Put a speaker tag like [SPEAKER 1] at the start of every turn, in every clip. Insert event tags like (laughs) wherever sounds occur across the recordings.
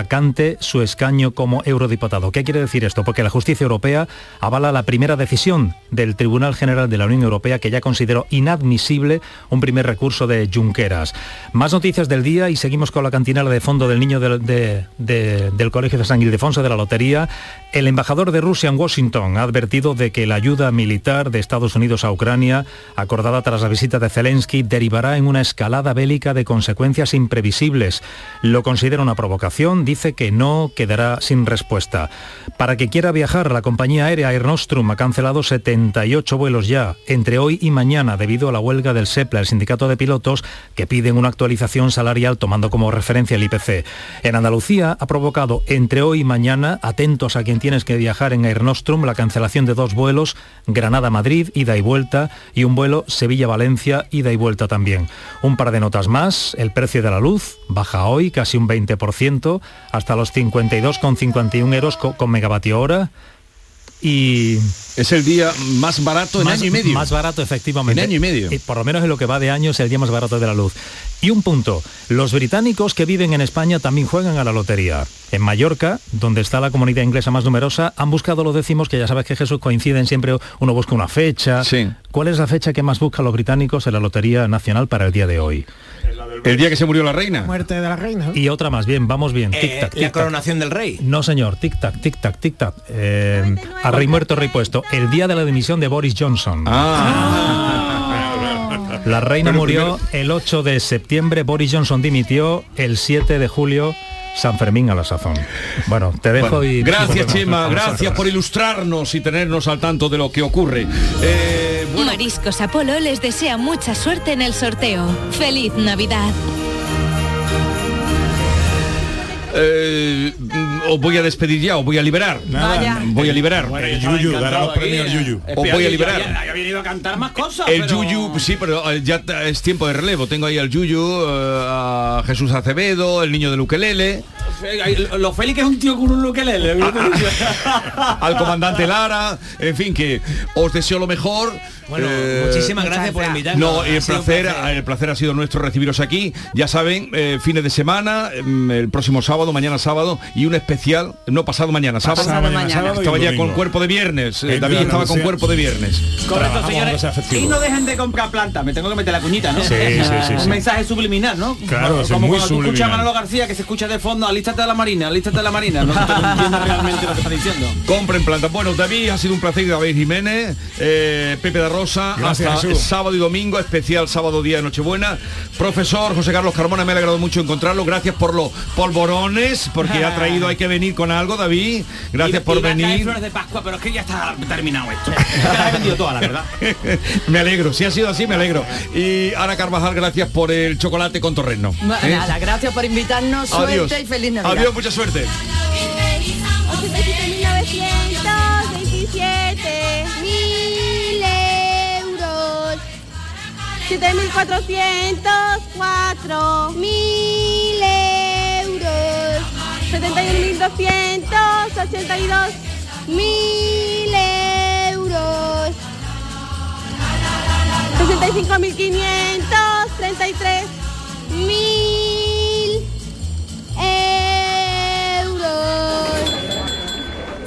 [SPEAKER 1] vacante su escaño como eurodiputado. ¿Qué quiere decir esto? Porque la justicia europea avala la primera decisión del Tribunal General de la Unión Europea que ya consideró inadmisible un primer recurso de Junqueras. Más noticias del día y seguimos con la cantinela de fondo del niño de, de, de, del Colegio de San Ildefonso de la Lotería. El embajador de Rusia en Washington ha advertido de que la ayuda militar de Estados Unidos a Ucrania, acordada tras la visita de Zelensky, derivará en una escalada bélica de consecuencias imprevisibles. Lo considera una provocación dice que no quedará sin respuesta. Para que quiera viajar, la compañía aérea Air Nostrum ha cancelado 78 vuelos ya, entre hoy y mañana, debido a la huelga del SEPLA, el sindicato de pilotos, que piden una actualización salarial tomando como referencia el IPC. En Andalucía ha provocado entre hoy y mañana, atentos a quien tienes que viajar en Air Nostrum, la cancelación de dos vuelos, Granada-Madrid, ida y vuelta, y un vuelo Sevilla-Valencia, ida y vuelta también. Un par de notas más, el precio de la luz baja hoy casi un 20%, hasta los 52,51 euros con megavatio hora y
[SPEAKER 2] es el día más barato en
[SPEAKER 1] más,
[SPEAKER 2] año y medio.
[SPEAKER 1] Más barato, efectivamente.
[SPEAKER 2] En año y medio.
[SPEAKER 1] Y por lo menos en lo que va de año es el día más barato de la luz. Y un punto, los británicos que viven en España también juegan a la lotería. En Mallorca, donde está la comunidad inglesa más numerosa, han buscado los décimos que ya sabes que Jesús coinciden siempre, uno busca una fecha.
[SPEAKER 2] Sí.
[SPEAKER 1] ¿Cuál es la fecha que más buscan los británicos en la Lotería Nacional para el día de hoy?
[SPEAKER 2] El día que se murió la reina.
[SPEAKER 3] muerte de la reina.
[SPEAKER 1] Y otra más, bien, vamos bien.
[SPEAKER 4] Eh,
[SPEAKER 1] tic-tac,
[SPEAKER 4] la
[SPEAKER 1] tic-tac.
[SPEAKER 4] coronación del rey.
[SPEAKER 1] No, señor, tic-tac, tic-tac, tic-tac. Eh, a rey muerto, rey puesto. El día de la dimisión de Boris Johnson.
[SPEAKER 2] Ah.
[SPEAKER 1] La reina murió el 8 de septiembre, Boris Johnson dimitió el 7 de julio, San Fermín a la sazón. Bueno, te dejo
[SPEAKER 2] Bueno,
[SPEAKER 1] y...
[SPEAKER 2] gracias
[SPEAKER 1] bueno,
[SPEAKER 2] Chema,
[SPEAKER 1] vamos a-
[SPEAKER 2] gracias por ilustrarnos y tenernos al tanto de lo que ocurre. Eh, bueno,
[SPEAKER 5] Mariscos Apolo les desea mucha suerte en el sorteo. ¡Feliz Navidad!
[SPEAKER 2] eh, mm, os voy a despedir ya, os voy a liberar.
[SPEAKER 4] Vaya.
[SPEAKER 2] Voy a liberar.
[SPEAKER 6] El Yuyu, dará los premios Yuyu.
[SPEAKER 2] Os voy a liberar.
[SPEAKER 4] Había venido a cantar más cosas.
[SPEAKER 2] El
[SPEAKER 4] pero-
[SPEAKER 2] Yuyu, sí, pero eh, ya ta- es tiempo de relevo. Tengo ahí al Yuyu, eh, a Jesús Acevedo, el niño del ukelele,
[SPEAKER 4] Eh, ay, Lo lo feliz que es un tío con un ukelele.
[SPEAKER 2] (laughs) al comandante Lara, en fin, que os deseo lo mejor.
[SPEAKER 4] Bueno,
[SPEAKER 2] Eh,
[SPEAKER 4] muchísimas gracias por
[SPEAKER 3] gracias.
[SPEAKER 4] invitarnos.
[SPEAKER 2] No,
[SPEAKER 4] Ha
[SPEAKER 2] el
[SPEAKER 4] sido un
[SPEAKER 2] placer, el placer ha sido nuestro recibiros aquí. Ya saben, eh, fines de semana, em, el próximo sábado, mañana sábado y un especial, no pasado mañana, sábado.
[SPEAKER 3] Pasado mañana, sábado
[SPEAKER 6] y
[SPEAKER 2] Estaba ya
[SPEAKER 6] domingo.
[SPEAKER 2] con cuerpo de viernes. eh,
[SPEAKER 6] Gente
[SPEAKER 2] David
[SPEAKER 6] de
[SPEAKER 2] estaba con
[SPEAKER 6] Andalucía.
[SPEAKER 2] cuerpo de viernes.
[SPEAKER 4] Correcto,
[SPEAKER 6] Trabajamos
[SPEAKER 4] señores.
[SPEAKER 6] aunque sea festivo.
[SPEAKER 4] Y no dejen de comprar plantas. Me tengo que meter la cuñita, ¿no?
[SPEAKER 6] Sí, sí,
[SPEAKER 4] (laughs)
[SPEAKER 6] sí,
[SPEAKER 4] Un
[SPEAKER 6] sí.
[SPEAKER 4] mensaje subliminal, ¿no? Como
[SPEAKER 6] Claro, es muy
[SPEAKER 4] cuando tú escuchas a
[SPEAKER 6] subliminal.
[SPEAKER 4] Manolo García que se escucha de fondo, alístate a la marina, alístate a la marina. No (laughs) te entiendes realmente lo que está diciendo.
[SPEAKER 2] Compren plantas. Bueno, David, ha sido un placer, David Jiménez, eh, Pepe da Rosa,
[SPEAKER 6] Gracias,
[SPEAKER 2] hasta
[SPEAKER 6] Jesús.
[SPEAKER 2] sábado y domingo, especial sábado día de Nochebuena. Profesor José Carlos Carmona, me ha alegrado mucho encontrarlo. Gracias por los polvorones,
[SPEAKER 4] (laughs)
[SPEAKER 2] porque ha traído, hay que venir con algo, David. Gracias
[SPEAKER 4] Y-
[SPEAKER 2] por
[SPEAKER 4] y va a caer
[SPEAKER 2] venir.
[SPEAKER 4] flores de Pascua, pero es que ya está terminado esto. Ya las he vendido todas, la verdad.
[SPEAKER 2] (laughs) me alegro, si ha sido así, me alegro. Y Ana Carvajal, gracias por el chocolate con torreno.
[SPEAKER 7] Ma-
[SPEAKER 2] ¿Eh?
[SPEAKER 7] Nada, gracias por invitarnos. Suerte
[SPEAKER 2] Adiós.
[SPEAKER 7] y feliz Navidad.
[SPEAKER 2] Adiós, mucha suerte.
[SPEAKER 8] 1927 mil euros 7404 mil euros 71282 mil euros 65.533 mil euros.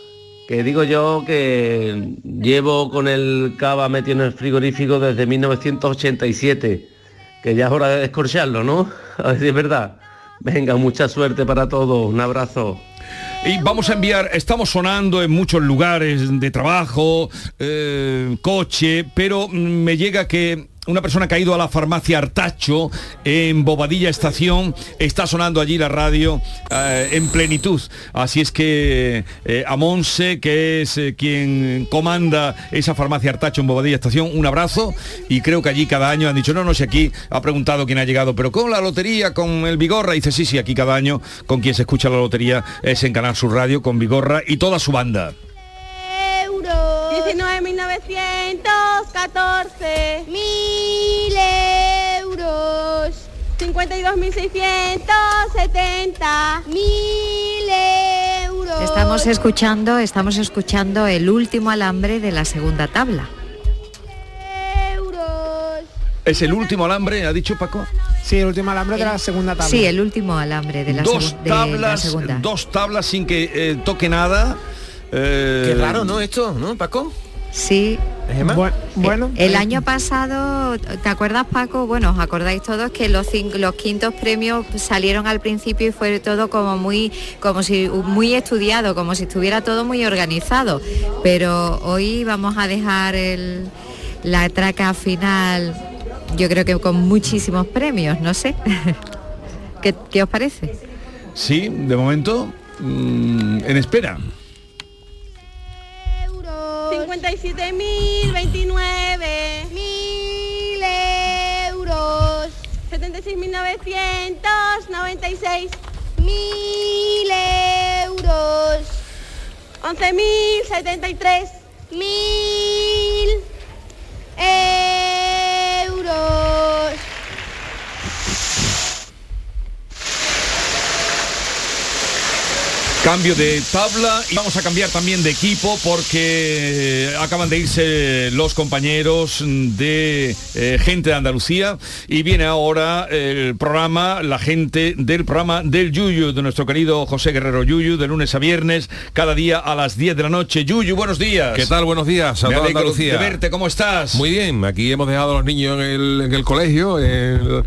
[SPEAKER 9] Que digo yo que llevo con el cava metido en el frigorífico desde 1987. Que ya es hora de descorcharlo, ¿no? (laughs) A ver si es verdad. Venga, mucha suerte para todos. Un abrazo.
[SPEAKER 2] Y vamos a enviar, estamos sonando en muchos lugares de trabajo, eh, coche, pero mm, me llega que una persona que ha ido a la farmacia Artacho en Bobadilla Estación. Está sonando allí la radio eh, en plenitud. Así es que eh, a Monse, que es eh, quien comanda esa farmacia Artacho en Bobadilla Estación, un abrazo. Y creo que allí cada año han dicho, no, no sé aquí, ha preguntado quién ha llegado, pero con la lotería, con el Vigorra. Y dice, sí, sí, aquí cada año con quien se escucha la lotería es en Canal Sur Radio, con Vigorra y toda su banda.
[SPEAKER 8] euros. 19.914. Mil euros. 52.670. Mil euros.
[SPEAKER 10] Estamos escuchando, estamos escuchando el último alambre de la segunda tabla.
[SPEAKER 2] Es el último alambre, ha dicho Paco.
[SPEAKER 11] Sí, el último alambre de la segunda tabla.
[SPEAKER 10] Sí, el último alambre de la,
[SPEAKER 2] dos
[SPEAKER 10] segun- de la
[SPEAKER 2] tablas,
[SPEAKER 10] segunda.
[SPEAKER 2] dos tablas sin que eh, toque nada. Eh,
[SPEAKER 1] Qué raro, ¿no? Esto, ¿no, Paco?
[SPEAKER 10] Sí.
[SPEAKER 1] Gemma?
[SPEAKER 11] Bu- Bueno,
[SPEAKER 10] Eh, El año pasado, ¿te acuerdas Paco? Bueno, os acordáis todos que los, cin- los quintos premios salieron al principio y fue todo como muy, como si muy estudiado, como si estuviera todo muy organizado. Pero hoy vamos a dejar el- la traca final, yo creo que con muchísimos premios, no sé. (laughs) ¿Qué, qué os parece?
[SPEAKER 2] Sí, de momento mm, en espera.
[SPEAKER 8] 57.029. Mil euros. 76.996. Mil euros. 11.073. Mil euros.
[SPEAKER 2] Cambio de tabla y vamos a cambiar también de equipo porque eh, acaban de irse los compañeros de eh, gente de Andalucía y viene ahora el programa, la gente del programa del Yuyu, de nuestro querido José Guerrero Yuyu, de lunes a viernes, cada día a las 10 de la noche. Yuyu, buenos días.
[SPEAKER 6] ¿Qué tal? Buenos días a
[SPEAKER 2] Me
[SPEAKER 6] toda
[SPEAKER 2] alegro
[SPEAKER 6] Andalucía.
[SPEAKER 2] de verte, ¿cómo estás?
[SPEAKER 6] Muy bien, aquí hemos dejado a los niños en el, en el colegio, en el,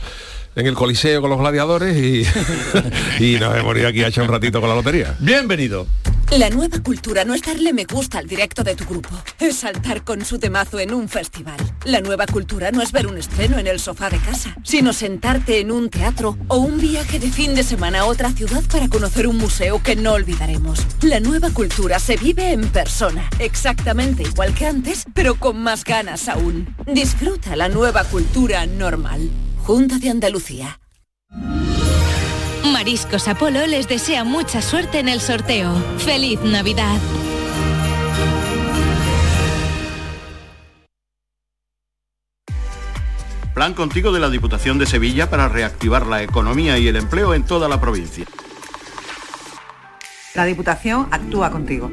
[SPEAKER 6] en el coliseo con los gladiadores (laughs) y, y nos hemos ido aquí a echar un ratito con la lotería.
[SPEAKER 2] Bienvenido.
[SPEAKER 12] La nueva cultura no es darle me gusta al directo de tu grupo, es saltar con su temazo en un festival. La nueva cultura no es ver un estreno en el sofá de casa, sino sentarte en un teatro o un viaje de fin de semana a otra ciudad para conocer un museo que no olvidaremos. La nueva cultura se vive en persona, exactamente igual que antes, pero con más ganas aún. Disfruta la nueva cultura normal. Junta de Andalucía.
[SPEAKER 5] Mariscos Apolo les desea mucha suerte en el sorteo. ¡Feliz Navidad!
[SPEAKER 13] Plan contigo de la Diputación de Sevilla para reactivar la economía y el empleo en toda la provincia.
[SPEAKER 14] La Diputación actúa contigo.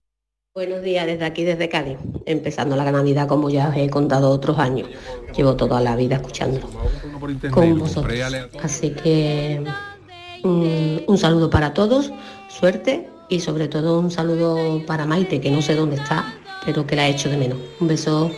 [SPEAKER 15] Buenos días desde aquí, desde Cádiz, empezando la Navidad como ya os he contado otros años. Llevo toda la vida escuchándolo con vosotros. Así que mm, un saludo para todos, suerte y sobre todo un saludo para Maite, que no sé dónde está, pero que la echo de menos. Un beso.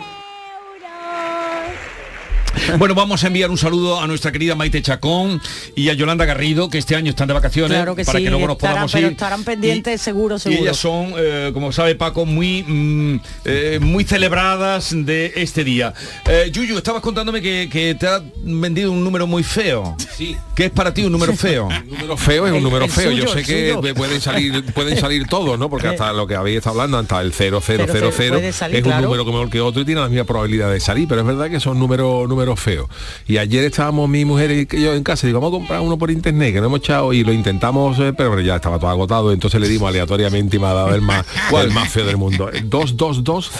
[SPEAKER 2] Bueno, vamos a enviar un saludo a nuestra querida Maite Chacón y a Yolanda Garrido, que este año están de vacaciones,
[SPEAKER 7] Claro que
[SPEAKER 2] para
[SPEAKER 7] sí,
[SPEAKER 2] que luego nos
[SPEAKER 7] estarán,
[SPEAKER 2] podamos
[SPEAKER 7] pero
[SPEAKER 2] ir.
[SPEAKER 7] estarán pendientes seguro,
[SPEAKER 2] Y
[SPEAKER 7] seguro.
[SPEAKER 6] (laughs)
[SPEAKER 2] ellas son, eh, como sabe Paco, muy mm, eh, muy celebradas de este día. Eh, Yuyu, estabas contándome que, que te ha vendido un número muy feo.
[SPEAKER 13] Sí.
[SPEAKER 2] ¿Qué es para ti un número feo?
[SPEAKER 6] Un número feo es un
[SPEAKER 2] El-
[SPEAKER 6] número
[SPEAKER 2] el
[SPEAKER 6] feo. Yo
[SPEAKER 2] suyo,
[SPEAKER 6] sé
[SPEAKER 2] el
[SPEAKER 6] que
[SPEAKER 2] suyo. Eh.
[SPEAKER 6] pueden salir pueden salir todos, ¿no? Porque hasta lo que habéis estado hablando, hasta el 0000
[SPEAKER 2] Cero, cero, puede salir,
[SPEAKER 6] es un
[SPEAKER 2] claro.
[SPEAKER 6] número que mejor que otro y tiene la misma probabilidad de salir, pero es verdad que son números números feos. Y ayer estábamos mi mujer y yo en casa y digo, vamos a comprar uno por internet, que no hemos echado y lo intentamos, eh, pero ya estaba todo agotado, entonces le dimos aleatoriamente y me ha dado el
[SPEAKER 2] (laughs)
[SPEAKER 6] más, el más feo del mundo. Eh, 22200.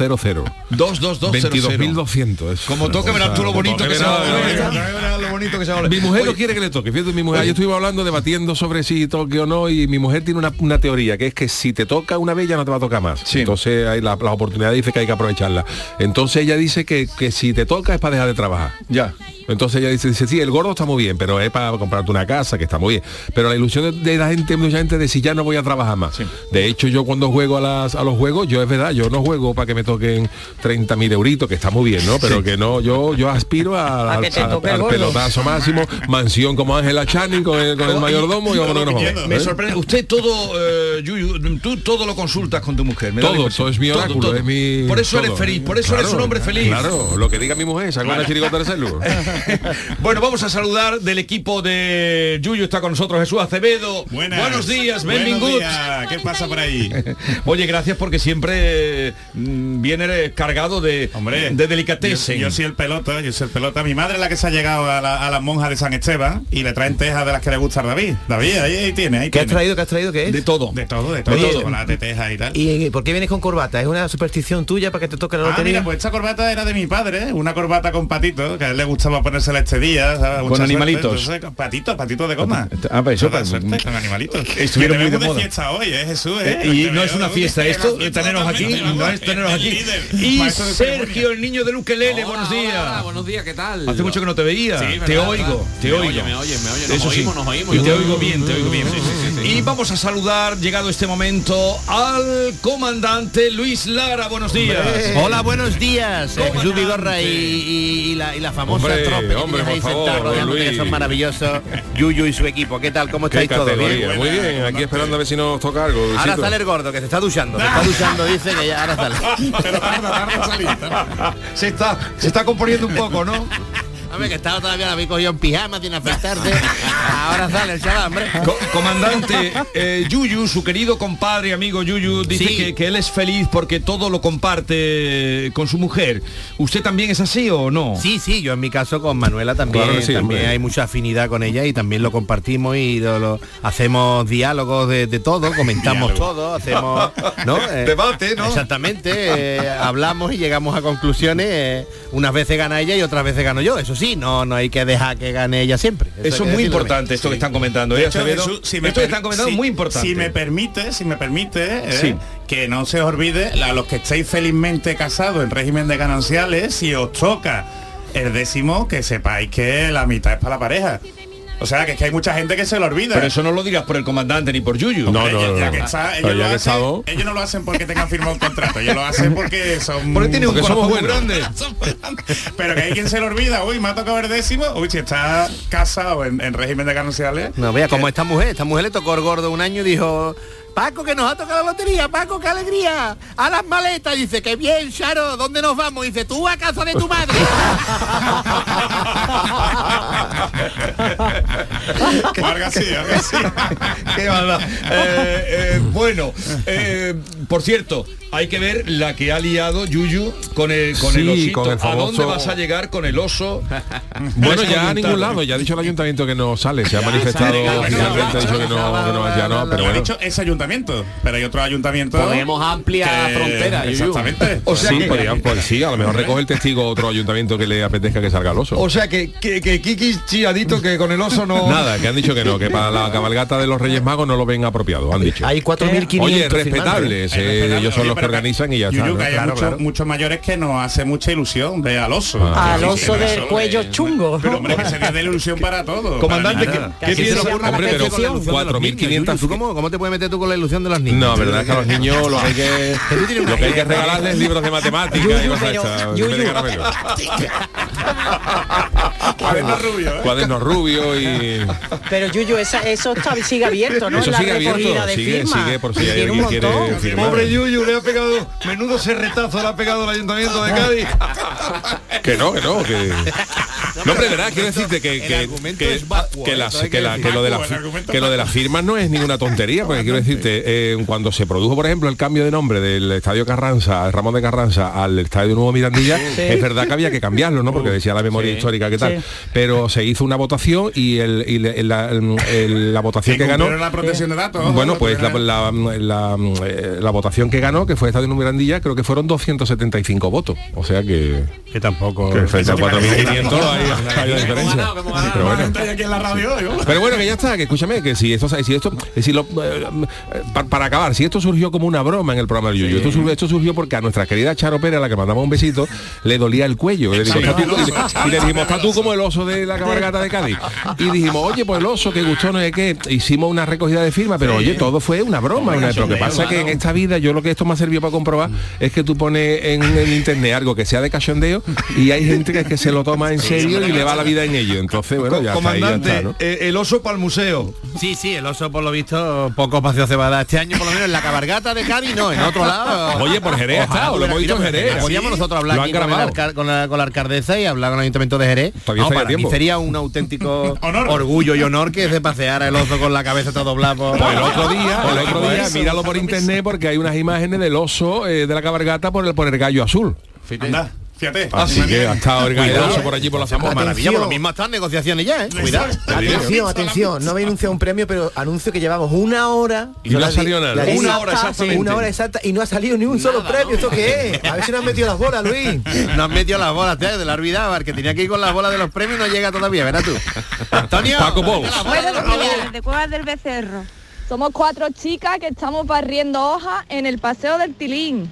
[SPEAKER 6] 22.200. es
[SPEAKER 2] Como
[SPEAKER 6] una
[SPEAKER 2] tócamela
[SPEAKER 6] cosa-
[SPEAKER 2] tú lo bonito que se va a
[SPEAKER 6] Tócamela-
[SPEAKER 2] ver. Lo bonito que se va a ver.
[SPEAKER 6] mi mujer no
[SPEAKER 2] Oye,
[SPEAKER 6] quiere que le toque. Fíjate, mi mujer, ayer estuvimos hablando, debatiendo sobre si toque o no, y mi mujer tiene una, una teoría, que es que si te toca una vez ya no te va a tocar más. Entonces hay la, la oportunidad dice que hay que aprovecharla. Entonces ella dice que, que si te toca es para dejar de trabajar.
[SPEAKER 2] Ya.
[SPEAKER 6] Entonces ella dice, dice, sí, el gordo está muy bien, pero es para comprarte una casa, que está muy bien. Pero la ilusión de, de la gente, mucha gente, de si ya no voy a trabajar más. De hecho, yo cuando juego a, las, a los juegos, yo es verdad, yo no juego para que me toquen 30.000 euritos, que está muy bien, ¿no? Pero que no, yo, yo aspiro a,
[SPEAKER 16] A que te
[SPEAKER 6] al-
[SPEAKER 16] toque el
[SPEAKER 6] al
[SPEAKER 16] gordo.
[SPEAKER 6] pelotazo máximo, mansión como Ángela Channing con el, con
[SPEAKER 2] Oh,
[SPEAKER 17] Oh,
[SPEAKER 6] el mayordomo y vámonos, nos vamos,
[SPEAKER 2] Me
[SPEAKER 6] ¿eh?
[SPEAKER 2] sorprende. Usted todo, eh, Yuyu, tú todo lo consultas con tu mujer. me da la
[SPEAKER 6] Todo,
[SPEAKER 2] impresión.
[SPEAKER 6] todo es mi
[SPEAKER 2] Todo,
[SPEAKER 6] oráculo,
[SPEAKER 2] todo.
[SPEAKER 6] es mi...
[SPEAKER 2] Por eso eres
[SPEAKER 6] todo.
[SPEAKER 2] feliz, por eso eres
[SPEAKER 6] Claro,
[SPEAKER 2] un hombre feliz.
[SPEAKER 6] Claro, lo que diga mi mujer, saca una chirigota del celu.
[SPEAKER 2] (laughs) Bueno, vamos a saludar del equipo de Yuyu, está con nosotros Jesús Acevedo.
[SPEAKER 17] Buenas.
[SPEAKER 2] Buenos días,
[SPEAKER 17] Buenos
[SPEAKER 2] benvinguts.
[SPEAKER 17] días, ¿Qué pasa por ahí?
[SPEAKER 2] (laughs) Oye, gracias porque siempre mm, viene eh, cargado de,
[SPEAKER 17] (laughs) Hombre,
[SPEAKER 2] de delicatessen.
[SPEAKER 17] Yo, yo soy el pelota, yo soy el pelota. Mi madre es la que se ha llegado a la, a las monjas de San Esteban y le traen tejas de las que le gusta a David. David, ahí, ahí tiene, ahí
[SPEAKER 18] ¿Qué has
[SPEAKER 17] tiene.
[SPEAKER 18] traído? ¿Qué has traído? ¿Qué es?
[SPEAKER 2] De todo.
[SPEAKER 17] De todo, de todo.
[SPEAKER 18] Oye,
[SPEAKER 17] Chocolate, tejas y tal.
[SPEAKER 18] ¿Y por qué vienes con corbata? ¿Es una superstición tuya para que te toque la
[SPEAKER 17] Ah,
[SPEAKER 18] lotería?
[SPEAKER 17] mira, pues esta corbata era de mi padre, ¿eh? una corbata con patito, que a él le gustaba ponérsela este día. ¿sabes?
[SPEAKER 2] Con
[SPEAKER 17] Mucha suerte,
[SPEAKER 2] animalitos.
[SPEAKER 17] entonces, con patitos, patitos de goma.
[SPEAKER 2] Ah, pues eso, pues,
[SPEAKER 17] suerte, con animalitos.
[SPEAKER 2] (laughs) estuvieron
[SPEAKER 17] Que te
[SPEAKER 2] muy de
[SPEAKER 17] vemos
[SPEAKER 2] moda.
[SPEAKER 17] fiesta hoy, ¿eh, Jesús? ¿eh?
[SPEAKER 2] Eh, y no es una fiesta esto, eh, teneros aquí, no es teneros aquí. Y
[SPEAKER 17] Maestro de
[SPEAKER 2] Sergio, el niño de Luquelele, buenos
[SPEAKER 4] Ah,
[SPEAKER 2] días.
[SPEAKER 4] buenos días, ¿qué tal?
[SPEAKER 2] Hace mucho que no te veía.
[SPEAKER 4] Sí, verdad,
[SPEAKER 2] te
[SPEAKER 4] verdad.
[SPEAKER 2] oigo, te
[SPEAKER 4] Me
[SPEAKER 2] oigo.
[SPEAKER 4] oye, me oye, me oye. Nos
[SPEAKER 2] Eso sí.
[SPEAKER 4] oímos, nos oímos.
[SPEAKER 2] Y te
[SPEAKER 4] Yo-
[SPEAKER 2] oígo bien, te oigo bien. Y vamos a saludar, llegado este momento, al comandante Luis Lara. Buenos días.
[SPEAKER 18] Hola, buenos días. eh, Jesús Vigorra y, y- y la, y la famosa
[SPEAKER 6] Hombre,
[SPEAKER 18] tropa que
[SPEAKER 6] hombre,
[SPEAKER 18] tienes ahí
[SPEAKER 6] por favor,
[SPEAKER 18] sentada rodeándote, que
[SPEAKER 6] Luis.
[SPEAKER 18] son maravillosos. Yuyu y su equipo, ¿qué tal? ¿Cómo estáis
[SPEAKER 6] Qué
[SPEAKER 18] todos?
[SPEAKER 6] categoría, Muy bien, aquí esperando a ver si nos toca algo.
[SPEAKER 18] Ahora
[SPEAKER 6] Luisito.
[SPEAKER 18] sale el gordo, que se está duchando. Se está duchando, dice que ya
[SPEAKER 6] (laughs)
[SPEAKER 18] ahora sale.
[SPEAKER 2] se, está, se está componiendo un poco, ¿no?
[SPEAKER 18] Hombre, que estaba todavía, la había cogido en pijama, sin afeitarse. Ahora sale el chaval, hombre.
[SPEAKER 2] Co- comandante, eh, Yuyu, su querido compadre y amigo Yuyu, dice
[SPEAKER 18] Sí.
[SPEAKER 2] que, que él es feliz porque todo lo comparte con su mujer. ¿Usted también es así o no?
[SPEAKER 18] Sí, sí, yo en mi caso con Manuela también,
[SPEAKER 2] Claro que sí,
[SPEAKER 18] también
[SPEAKER 2] hombre.
[SPEAKER 18] hay mucha afinidad con ella y también lo compartimos y lo, lo- hacemos diálogos de, de todo, comentamos todo, hacemos (laughs)
[SPEAKER 2] (laughs)
[SPEAKER 18] ¿no? Eh.
[SPEAKER 2] Debate, ¿no?
[SPEAKER 18] Exactamente, eh, hablamos y llegamos a conclusiones, eh, unas veces gana ella y otras veces gano yo. Eso sí, no, no hay que dejar que gane ella siempre.
[SPEAKER 2] Eso
[SPEAKER 18] hay
[SPEAKER 2] es
[SPEAKER 18] que
[SPEAKER 2] muy
[SPEAKER 18] decirlo
[SPEAKER 2] importante esto que están comentando.
[SPEAKER 17] De
[SPEAKER 2] ¿eh,
[SPEAKER 17] hecho,
[SPEAKER 2] Acevedo?
[SPEAKER 17] Jesús, si me
[SPEAKER 2] esto que
[SPEAKER 17] per-
[SPEAKER 2] están comentando
[SPEAKER 17] si-
[SPEAKER 2] es muy importante.
[SPEAKER 17] Si me permite, si me permite, eh,
[SPEAKER 2] Sí.
[SPEAKER 17] que no se os olvide, a los que estáis felizmente casados en régimen de gananciales, si os toca el décimo, que sepáis que la mitad es para la pareja. O sea, que es que hay mucha gente que se lo olvida.
[SPEAKER 2] Pero eso no lo digas por el comandante ni por Yuyu.
[SPEAKER 17] Hombre, ya- ya que está- ellos, lo hacen, ellos no lo hacen porque tengan firmado un contrato, ellos lo hacen porque
[SPEAKER 2] (laughs)
[SPEAKER 17] son
[SPEAKER 2] Porque tienen un Porque somos corazón muy buenos.
[SPEAKER 17] Pero que hay quien se lo olvida, uy, me ha tocado el décimo, uy, si está casado en, en régimen de gananciales,
[SPEAKER 18] No, vea, como esta mujer, esta mujer le tocó el gordo un año y dijo, Paco, que nos ha tocado la lotería, Paco, qué alegría. A las maletas, dice, que bien, Charo, ¿dónde nos vamos? Dice, tú a casa de tu madre.
[SPEAKER 17] (laughs) Algo así, algo así.
[SPEAKER 2] (laughs) Qué maldad. Eh, eh, bueno, eh, por cierto, hay que ver la que ha liado Yuyu con el, con el
[SPEAKER 6] Sí,
[SPEAKER 2] osito.
[SPEAKER 6] con el
[SPEAKER 2] ¿A dónde
[SPEAKER 6] famoso-
[SPEAKER 2] vas a llegar con el oso?
[SPEAKER 6] (laughs) Bueno,
[SPEAKER 2] Vas
[SPEAKER 6] ya a
[SPEAKER 2] contar.
[SPEAKER 6] ningún lado, ya ha dicho el ayuntamiento que no sale, se ha manifestado
[SPEAKER 17] sale, claro,
[SPEAKER 6] oficialmente, ha dicho que no, que no, ya no, pero
[SPEAKER 17] Lo ha
[SPEAKER 6] bueno.
[SPEAKER 17] dicho ese ayuntamiento, pero hay otro ayuntamiento.
[SPEAKER 4] Podemos ampliar
[SPEAKER 17] que-
[SPEAKER 4] frontera, Yuyu.
[SPEAKER 17] Exactamente.
[SPEAKER 6] (laughs) O sea sí, podrían, pues sí, a lo mejor recoge el testigo otro ayuntamiento que le apetezca que salga el oso.
[SPEAKER 2] O sea que, que, que Kiki chiadito que con el oso eso no...
[SPEAKER 6] (laughs) Nada, que han dicho que no, que para la cabalgata de los Reyes Magos no lo ven apropiado, han dicho.
[SPEAKER 17] Hay 4.500
[SPEAKER 6] Oye,
[SPEAKER 17] firmantes.
[SPEAKER 6] respetables,
[SPEAKER 17] Es
[SPEAKER 6] eh,
[SPEAKER 17] respetable,
[SPEAKER 6] ellos son
[SPEAKER 17] oye,
[SPEAKER 6] los que
[SPEAKER 17] pero que-
[SPEAKER 6] organizan y ya está.
[SPEAKER 17] Yuyu,
[SPEAKER 6] ¿no?
[SPEAKER 17] que hay
[SPEAKER 6] Claro,
[SPEAKER 17] mucho-
[SPEAKER 6] claro.
[SPEAKER 17] muchos mayores que nos hace mucha ilusión ver al oso.
[SPEAKER 6] Ah,
[SPEAKER 17] Sí,
[SPEAKER 6] al
[SPEAKER 17] sí,
[SPEAKER 6] oso
[SPEAKER 17] pero
[SPEAKER 6] del
[SPEAKER 17] eso,
[SPEAKER 6] cuello
[SPEAKER 17] eh,
[SPEAKER 6] chungo.
[SPEAKER 17] Pero hombre, que sería de ilusión para
[SPEAKER 18] Oh,
[SPEAKER 17] todos.
[SPEAKER 6] Comandante,
[SPEAKER 17] para nada.
[SPEAKER 6] ¿qué- qué
[SPEAKER 17] Que se
[SPEAKER 6] piensa-
[SPEAKER 17] le ocurra la
[SPEAKER 6] hombre, pero
[SPEAKER 17] especie con la ilusión de los niños,
[SPEAKER 6] 4.500
[SPEAKER 17] Yuyu.
[SPEAKER 18] ¿Cómo, ¿Cómo te puedes meter tú con la ilusión de los niños?
[SPEAKER 6] No, verdad es que
[SPEAKER 18] (laughs)
[SPEAKER 6] a los niños lo que hay que,
[SPEAKER 18] tú tienes una
[SPEAKER 6] lo que, hay que
[SPEAKER 18] idea, ¿no?
[SPEAKER 6] regalarles libros de matemáticas y
[SPEAKER 18] Yuyu,
[SPEAKER 6] cosas
[SPEAKER 18] pero-
[SPEAKER 6] estas. en
[SPEAKER 18] Yuyu.
[SPEAKER 6] vez de caramelos. (laughs)
[SPEAKER 17] Cuadernos rubios.
[SPEAKER 6] Cuadernos rubios y.
[SPEAKER 16] Pero Yuyu, esa, eso está, sigue abierto, ¿no?
[SPEAKER 6] Eso
[SPEAKER 16] La
[SPEAKER 6] sigue abierto,
[SPEAKER 16] recogida de
[SPEAKER 6] sigue,
[SPEAKER 16] firmas.
[SPEAKER 6] sigue por si hay
[SPEAKER 16] Tiene un
[SPEAKER 6] alguien quiere
[SPEAKER 16] montón.
[SPEAKER 6] firmar.
[SPEAKER 2] Pobre Yuyu, le ha pegado, menudo serretazo le ha pegado el ayuntamiento de
[SPEAKER 6] (laughs)
[SPEAKER 2] Cádiz.
[SPEAKER 6] Que no, que no, que. No, hombre, verdad, quiero decirte que, que, que- que las- que la- que lo de las que lo de las firmas no es ninguna tontería, porque quiero decirte, eh, cuando se produjo, por ejemplo, el cambio de nombre del Estadio Carranza, eh, Ramón de Carranza, al Estadio Nuevo Mirandilla,
[SPEAKER 2] Sí.
[SPEAKER 6] es verdad que había que cambiarlo, ¿no? Porque decía la memoria
[SPEAKER 2] Sí.
[SPEAKER 6] histórica que tal.
[SPEAKER 2] Sí.
[SPEAKER 6] Pero se hizo una votación y, el, y le- la, el- la votación
[SPEAKER 17] Y
[SPEAKER 6] que ganó.
[SPEAKER 17] cumplieron la protección de datos.
[SPEAKER 6] Bueno, pues la, la- la- eh, la votación que ganó, que fue Estadio Nuevo Mirandilla, creo que fueron 275 votos. O sea que.
[SPEAKER 1] Que tampoco.
[SPEAKER 6] Que frente a 4.500 hay, hay una diferencia. Pero bueno.
[SPEAKER 17] Estoy aquí en la radio, digo.
[SPEAKER 6] Pero bueno, que ya está, que escúchame, que si esto, si esto, si lo, eh, pa- para acabar, si esto surgió como una broma en el programa del Yuyu, esto, surgió, esto surgió porque a nuestra querida Charo Pérez, a la que mandamos un besito, le dolía el cuello. Y le dijimos,
[SPEAKER 2] Sí. Eh,
[SPEAKER 6] "Pa tú", y le- y
[SPEAKER 2] (laughs)
[SPEAKER 6] le dijimos, pa tú como el oso de la cabalgata de Cádiz. Y dijimos, oye, pues el oso, que gustó, no es que hicimos una recogida de firmas, pero oye, todo fue una broma. Una, lo que pasa que en esta vida, yo lo que esto me ha servido para comprobar
[SPEAKER 18] Mm.
[SPEAKER 6] es que tú pones en, en internet algo que sea de cachondeo y hay gente que, es que se lo toma en serio y le va la vida en ello. Entonces, bueno, ya está, ahí ya
[SPEAKER 2] Comandante,
[SPEAKER 6] está, ¿no?
[SPEAKER 2] eh, el oso para el museo.
[SPEAKER 18] Sí, sí, el oso por lo visto poco espacio se va a dar este año, por lo menos en la cabargata de Cádiz, no, en otro lado.
[SPEAKER 6] Oye, por Jerez ha
[SPEAKER 18] Ojalá
[SPEAKER 6] estado, lo
[SPEAKER 18] tuviera-
[SPEAKER 6] hemos visto en
[SPEAKER 18] mira,
[SPEAKER 6] Jerez.
[SPEAKER 18] Podíamos
[SPEAKER 6] Sí,
[SPEAKER 18] nosotros hablar
[SPEAKER 6] lo han
[SPEAKER 18] aquí con, el
[SPEAKER 6] grabado.
[SPEAKER 18] alca- con la, con la alcaldesa y hablar con el ayuntamiento de Jerez.
[SPEAKER 6] Todavía
[SPEAKER 18] Vamos,
[SPEAKER 6] estaría
[SPEAKER 18] para mí
[SPEAKER 6] tiempo.
[SPEAKER 18] sería
[SPEAKER 6] (laughs)
[SPEAKER 18] un auténtico orgullo y honor que se paseara el oso con la cabeza toda doblada. eh, por-
[SPEAKER 6] (laughs) Pues el otro día, el otro día,
[SPEAKER 18] Eso.
[SPEAKER 6] míralo por internet porque hay unas imágenes del oso eh, de la cabargata por el, por el gallo azul.
[SPEAKER 17] Anda, fíjate.
[SPEAKER 6] Así que ha estado el gallo azul por allí por la
[SPEAKER 18] Pues
[SPEAKER 6] Zamora.
[SPEAKER 18] Maravilla, por lo mismo están negociaciones ya, ¿eh? Cuidado.
[SPEAKER 11] Atención, atención, no me anuncio un premio, pero anuncio que llevamos una hora.
[SPEAKER 6] Y no ha salido nada.
[SPEAKER 11] La-
[SPEAKER 6] Una hora exactamente.
[SPEAKER 11] Una hora exacta y no ha salido ni un solo premio. ¿Esto qué es? A ver si nos han metido las bolas, Luis.
[SPEAKER 18] No has metido las bolas, te de la olvidaba, el que tenía que ir con las bolas de los premios no llega todavía,
[SPEAKER 6] (laughs)
[SPEAKER 18] verás tú. Antonio. Paco
[SPEAKER 8] Buenos días, de Cuevas del Becerro. Somos cuatro chicas que estamos barriendo hojas en el Paseo del Tilín.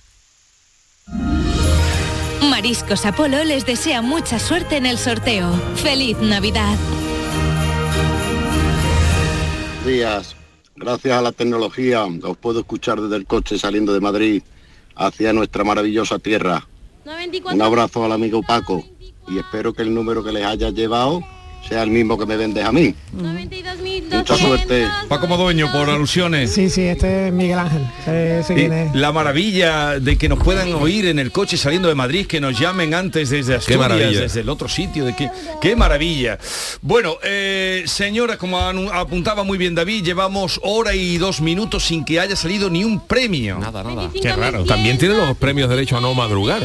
[SPEAKER 5] Mariscos Apolo les desea mucha suerte en el sorteo. ¡Feliz Navidad!
[SPEAKER 19] días. Gracias a la tecnología os puedo escuchar desde el coche saliendo de Madrid hacia nuestra maravillosa tierra. Un abrazo al amigo Paco y espero que el número que les haya llevado sea el mismo que me vendes a mí. Mucha suerte.
[SPEAKER 2] Paco Modoño, por alusiones.
[SPEAKER 20] Sí, sí, este es Miguel Ángel. Eh, sí,
[SPEAKER 2] Y
[SPEAKER 20] quién es.
[SPEAKER 2] la maravilla de que nos puedan oír en el coche saliendo de Madrid, que nos llamen antes desde Asturias,
[SPEAKER 6] maravilla.
[SPEAKER 2] desde el otro sitio, de que, qué maravilla. Bueno, eh, señora, como anu- apuntaba muy bien David, llevamos hora y dos minutos sin que haya salido ni un premio. Nada, nada.
[SPEAKER 20] Eh,
[SPEAKER 2] Qué raro.
[SPEAKER 6] También tiene los premios derecho a no
[SPEAKER 17] (laughs)
[SPEAKER 6] madrugar.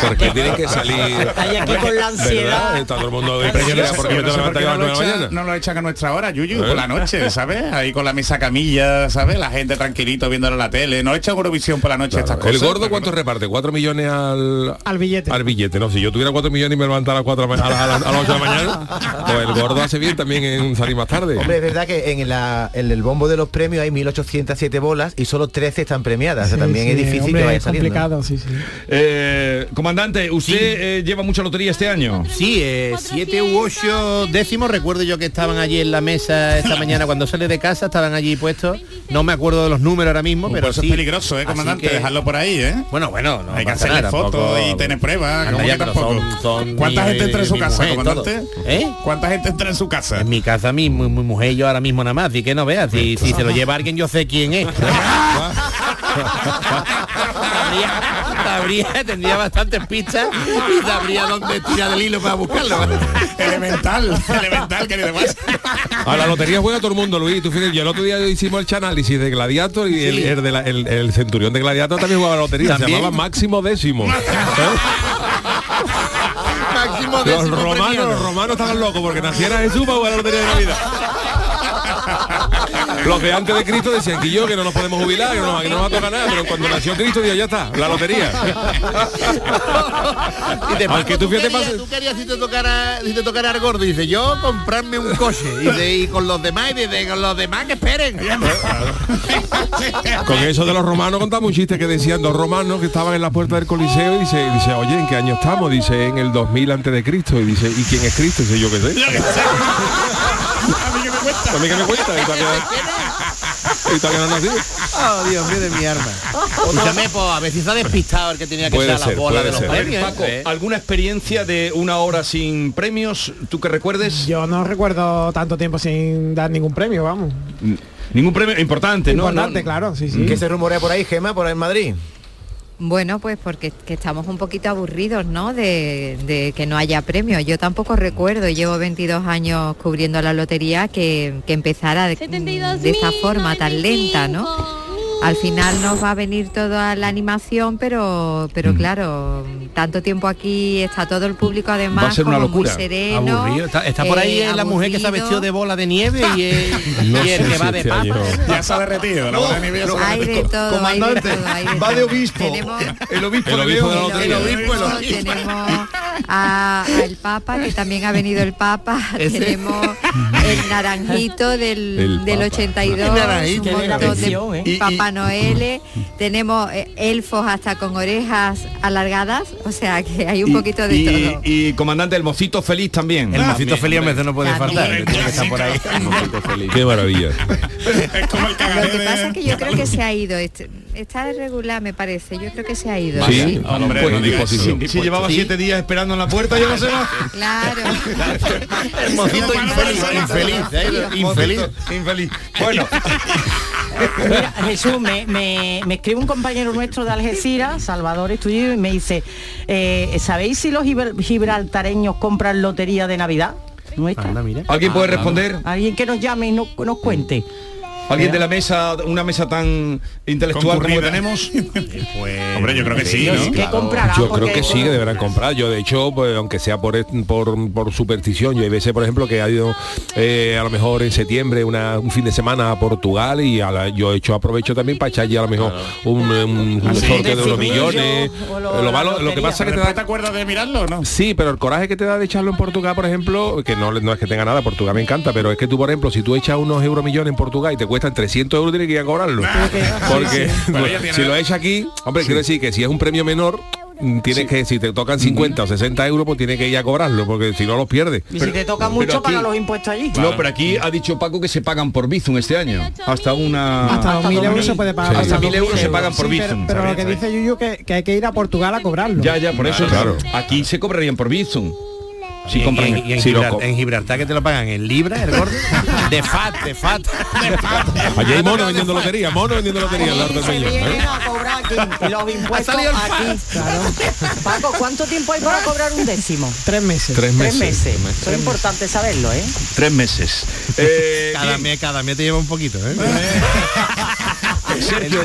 [SPEAKER 6] Porque tienen que salir.
[SPEAKER 17] Ahí aquí con la ansiedad.
[SPEAKER 6] ¿Verdad? Está todo el mundo de premios porque me tengo que levantar a las
[SPEAKER 17] no, lo
[SPEAKER 6] nueve de la
[SPEAKER 17] echan-
[SPEAKER 6] mañana.
[SPEAKER 17] no lo echan a nuestra hora, Yuyu,
[SPEAKER 6] Eh.
[SPEAKER 17] por la noche, ¿sabes? Ahí con la mesa camilla, ¿sabes? La gente tranquilito viéndolo en la tele. No echan Eurovisión por la noche estas cosas.
[SPEAKER 6] El gordo cuánto reparte? 4 millones al,
[SPEAKER 20] al billete.
[SPEAKER 6] Al billete, no, si yo tuviera 4 millones y me levantara a las 4 de la ma- a las- a las 8 de la mañana, pues el gordo hace bien también en salir más tarde.
[SPEAKER 11] Hombre, es verdad que en, la- en el bombo de los premios hay 1807 bolas y solo 13 están premiadas. O sea,
[SPEAKER 20] Sí,
[SPEAKER 11] también
[SPEAKER 20] sí,
[SPEAKER 11] es difícil
[SPEAKER 20] hombre,
[SPEAKER 11] que vaya
[SPEAKER 20] es
[SPEAKER 11] saliendo.
[SPEAKER 20] complicado, sí, sí.
[SPEAKER 2] Eh, comandante, ¿usted eh, lleva mucha lotería este año?
[SPEAKER 21] Sí, eh, siete
[SPEAKER 18] siete u ocho décimos. Recuerdo yo que estaban allí en la mesa esta mañana cuando sale de casa, estaban allí puestos. No me acuerdo de los números ahora mismo, pero
[SPEAKER 17] Pero eso
[SPEAKER 18] sí.
[SPEAKER 17] es peligroso, ¿eh,
[SPEAKER 18] Así
[SPEAKER 17] comandante?
[SPEAKER 18] que-
[SPEAKER 17] Dejarlo por ahí, ¿eh?
[SPEAKER 18] Bueno, bueno, no
[SPEAKER 17] Hay que
[SPEAKER 18] pasa
[SPEAKER 17] hacerle
[SPEAKER 18] nada,
[SPEAKER 17] fotos
[SPEAKER 18] tampoco-
[SPEAKER 17] y tener pruebas.
[SPEAKER 18] Anda
[SPEAKER 17] ¿cómo
[SPEAKER 18] ya,
[SPEAKER 17] que
[SPEAKER 18] pero
[SPEAKER 17] tampoco?
[SPEAKER 18] son- son
[SPEAKER 17] ¿Cuánta
[SPEAKER 18] mi-
[SPEAKER 17] gente entra en su
[SPEAKER 18] mi
[SPEAKER 17] casa,
[SPEAKER 18] mujer,
[SPEAKER 17] comandante?
[SPEAKER 18] todo. ¿Eh?
[SPEAKER 17] ¿Cuánta gente entra en su casa?
[SPEAKER 18] En mi casa, mi, mi, mi mujer y yo ahora mismo nada más, y que no veas, si, si se lo lleva alguien yo sé quién es. Sabría- sabría- tendría bastantes pistas y sabría dónde tirar el hilo para buscarlo.
[SPEAKER 17] elemental, elemental, querido demás.
[SPEAKER 6] A la lotería juega todo el mundo, Luis. Tú fíjate, yo el otro día hicimos el análisis de Gladiator y el, el de la- el- el centurión de Gladiator también jugaba a la lotería. Se
[SPEAKER 3] ¿También?
[SPEAKER 6] llamaba Máximo Décimo.
[SPEAKER 18] Máximo
[SPEAKER 6] Los romanos, los romanos estaban locos porque naciera Jesús para jugar a la lotería de Navidad. Los de antes de Cristo decían que yo que no nos podemos jubilar, que no, nos- que no nos va a tocar nada, pero cuando nació Cristo dijo, ya está, la lotería.
[SPEAKER 18] Y de
[SPEAKER 6] Aunque tú
[SPEAKER 18] Paco, tú,
[SPEAKER 6] fíjate,
[SPEAKER 18] querías,
[SPEAKER 6] pasa-
[SPEAKER 18] tú querías si te tocara si te tocara el gordo dice yo comprarme un coche y, de, y con los demás y dice con los demás que esperen (laughs)
[SPEAKER 6] Con eso de los romanos contamos un chiste que decían dos romanos que estaban en la puerta del Coliseo y dice, dice oye, ¿en qué año estamos? Dice, en el 2000 antes de Cristo. Y dice, ¿y quién es Cristo? Dice, yo qué sé.
[SPEAKER 17] A mí que me cuesta.
[SPEAKER 6] A mí que me cuesta. Y todavía- y todavía no nací.
[SPEAKER 18] oh Dios mío de mi arma (laughs) escúchame pues a ver si se ha despistado el que tenía que
[SPEAKER 6] Puede
[SPEAKER 18] echar las
[SPEAKER 6] ser,
[SPEAKER 18] bolas
[SPEAKER 6] puede
[SPEAKER 18] de los
[SPEAKER 6] ser.
[SPEAKER 2] A ver,
[SPEAKER 18] premios
[SPEAKER 2] Paco,
[SPEAKER 18] ¿eh?
[SPEAKER 2] ¿alguna experiencia de una hora sin premios? ¿Tú que recuerdes?
[SPEAKER 20] Yo no recuerdo tanto tiempo sin dar ningún premio, vamos.
[SPEAKER 2] Ningún premio importante, ¿no?
[SPEAKER 20] Importante,
[SPEAKER 2] No- Mm.
[SPEAKER 20] claro, sí, sí.
[SPEAKER 2] ¿Qué se
[SPEAKER 11] rumorea por ahí, Gema, por ahí en Madrid?
[SPEAKER 9] Bueno, pues porque que estamos un poquito aburridos, ¿no? De, de que no haya premios. Yo tampoco recuerdo, llevo 22 años cubriendo la lotería, que, que empezara de, de esta forma tan lenta, ¿no? Al final nos va a venir toda la animación, pero,
[SPEAKER 18] Mm.
[SPEAKER 9] pero claro, tanto tiempo aquí, está todo el público además
[SPEAKER 18] Va a ser una
[SPEAKER 9] como muy
[SPEAKER 18] locura.
[SPEAKER 9] sereno.
[SPEAKER 18] Aburrido. Está, está por ahí
[SPEAKER 9] eh,
[SPEAKER 18] la mujer que se ha
[SPEAKER 9] aburrido.
[SPEAKER 18] vestido de bola de nieve y,
[SPEAKER 6] (laughs)
[SPEAKER 18] el-
[SPEAKER 17] No
[SPEAKER 18] y el
[SPEAKER 17] sé
[SPEAKER 18] que
[SPEAKER 17] si
[SPEAKER 18] va de
[SPEAKER 17] este
[SPEAKER 18] papa.
[SPEAKER 17] año. Ya se ha derretido, la bola de nieve ya se ha
[SPEAKER 9] Hay de
[SPEAKER 17] derretido.
[SPEAKER 9] todo, hay de todo, hay de
[SPEAKER 17] va de
[SPEAKER 9] obispo.
[SPEAKER 2] El obispo,
[SPEAKER 17] El obispo de la
[SPEAKER 9] El
[SPEAKER 17] lotería.
[SPEAKER 9] obispo, tenemos a- al Papa, que también ha venido el Papa,
[SPEAKER 18] (laughs) Ese.
[SPEAKER 9] tenemos el naranjito del,
[SPEAKER 18] El
[SPEAKER 9] del
[SPEAKER 18] Papa.
[SPEAKER 9] 82,
[SPEAKER 18] El naranjito,
[SPEAKER 9] un
[SPEAKER 18] qué
[SPEAKER 9] montón
[SPEAKER 18] bendición,
[SPEAKER 9] de
[SPEAKER 18] ¿eh?
[SPEAKER 9] Papá Noel, eh, tenemos eh, elfos hasta con orejas alargadas, o sea que hay un poquito de todo.
[SPEAKER 2] Y, y, comandante, el mocito feliz también.
[SPEAKER 18] El mocito feliz, hombre,
[SPEAKER 2] eso
[SPEAKER 18] no puede
[SPEAKER 9] También.
[SPEAKER 18] faltar,
[SPEAKER 9] tiene
[SPEAKER 18] que estar por ahí.
[SPEAKER 6] Qué maravilla.
[SPEAKER 9] Lo que pasa es que yo creo que se ha ido, este- está irregular me parece, yo creo que se ha ido.
[SPEAKER 2] Sí,
[SPEAKER 6] Sí,
[SPEAKER 2] hombre,
[SPEAKER 6] pues,
[SPEAKER 2] no digas eso.
[SPEAKER 6] disposición.
[SPEAKER 2] Si- si llevaba siete días esperando en la puerta, yo no sé (laughs) más.
[SPEAKER 9] Claro.
[SPEAKER 18] Mocito infeliz, infeliz, ¿eh? infeliz.
[SPEAKER 2] Infeliz. Bueno,
[SPEAKER 16] Mira, Jesús, me, me- me escribe un compañero nuestro de Algeciras, Salvador Estudillo, y me dice, eh, ¿sabéis si los gibral- gibraltareños compran lotería de Navidad? Nuestra.
[SPEAKER 2] ¿Alguien
[SPEAKER 18] Ah,
[SPEAKER 2] puede responder?
[SPEAKER 16] Alguien que nos llame y no- nos cuente.
[SPEAKER 2] ¿Alguien de la mesa, una mesa tan intelectual como
[SPEAKER 17] Concurrida.
[SPEAKER 2] tenemos?
[SPEAKER 18] (laughs)
[SPEAKER 17] Hombre, yo creo que sí,
[SPEAKER 6] Yo
[SPEAKER 17] ¿no?
[SPEAKER 6] sí que
[SPEAKER 17] comprará?
[SPEAKER 6] Yo creo que sí, que deberán comprar. Yo, de hecho, pues, aunque sea por, por, por superstición, yo hay veces, por ejemplo, que ha ido eh, a lo mejor en septiembre, una- un fin de semana a Portugal y a la- yo he hecho aprovecho también para echar allí a lo mejor un, eh, un- un
[SPEAKER 17] Así,
[SPEAKER 6] sorteo de unos
[SPEAKER 17] cinquillo,
[SPEAKER 6] millones.
[SPEAKER 17] o
[SPEAKER 6] Eh,
[SPEAKER 17] lo-
[SPEAKER 6] Lo,
[SPEAKER 17] la
[SPEAKER 6] malo- lo que
[SPEAKER 17] lotería.
[SPEAKER 6] pasa es que te
[SPEAKER 17] Pero
[SPEAKER 6] da...
[SPEAKER 17] después te acuerdas de mirarlo, o ¿no?
[SPEAKER 6] Sí, pero el coraje que te da de echarlo en Portugal, por ejemplo, que no, no es que tenga nada, Portugal me encanta, pero es que tú, por ejemplo, si tú echas unos euro millones en Portugal y te cuestan 300 euros, tienes que ir a cobrarlo. Porque
[SPEAKER 17] Bueno, ella tiene-
[SPEAKER 6] si lo echa aquí, hombre, quiero decir que si es un premio menor, mm, tienes que, si te tocan 50 o 60 euros, pues tienes que ir a cobrarlo, porque si no los pierdes.
[SPEAKER 16] Y si te toca
[SPEAKER 2] pero
[SPEAKER 16] mucho,
[SPEAKER 2] aquí-
[SPEAKER 16] para los impuestos allí.
[SPEAKER 2] No, pero aquí ha dicho Paco que se pagan por Bizum este año. Hasta una...
[SPEAKER 20] Hasta 2.000 euros se puede pagar.
[SPEAKER 2] Ah. Hasta 1.000 euros se pagan por
[SPEAKER 20] Sí, pero-
[SPEAKER 2] Bizum.
[SPEAKER 20] Pero, lo que dice Yuyu que, que hay que ir a Portugal a cobrarlo.
[SPEAKER 2] Ya, ya, por eso.
[SPEAKER 18] Claro.
[SPEAKER 2] Aquí se cobrarían por Bizum. Si
[SPEAKER 18] Y-
[SPEAKER 2] compran...
[SPEAKER 18] y en, y en
[SPEAKER 2] si lo
[SPEAKER 18] Gibraltar,
[SPEAKER 2] co-
[SPEAKER 18] en Gibraltar que te lo pagan en libra el
[SPEAKER 2] (laughs)
[SPEAKER 18] gordo de fat de fat
[SPEAKER 6] Allí hay mono vendiendo lotería, mono vendiendo lotería. al lado del señor, ¿eh?
[SPEAKER 16] Vienen a cobrar aquí los impuestos aquí. Paco, ¿cuánto tiempo hay para cobrar un décimo?
[SPEAKER 20] Tres meses.
[SPEAKER 6] Tres
[SPEAKER 16] Tres
[SPEAKER 6] meses.
[SPEAKER 16] meses. Eso es importante saberlo, ¿eh?
[SPEAKER 2] Tres
[SPEAKER 18] (laughs)
[SPEAKER 2] meses.
[SPEAKER 18] cada mes cada mes te lleva un poquito ¿eh? (laughs)
[SPEAKER 2] Sergio,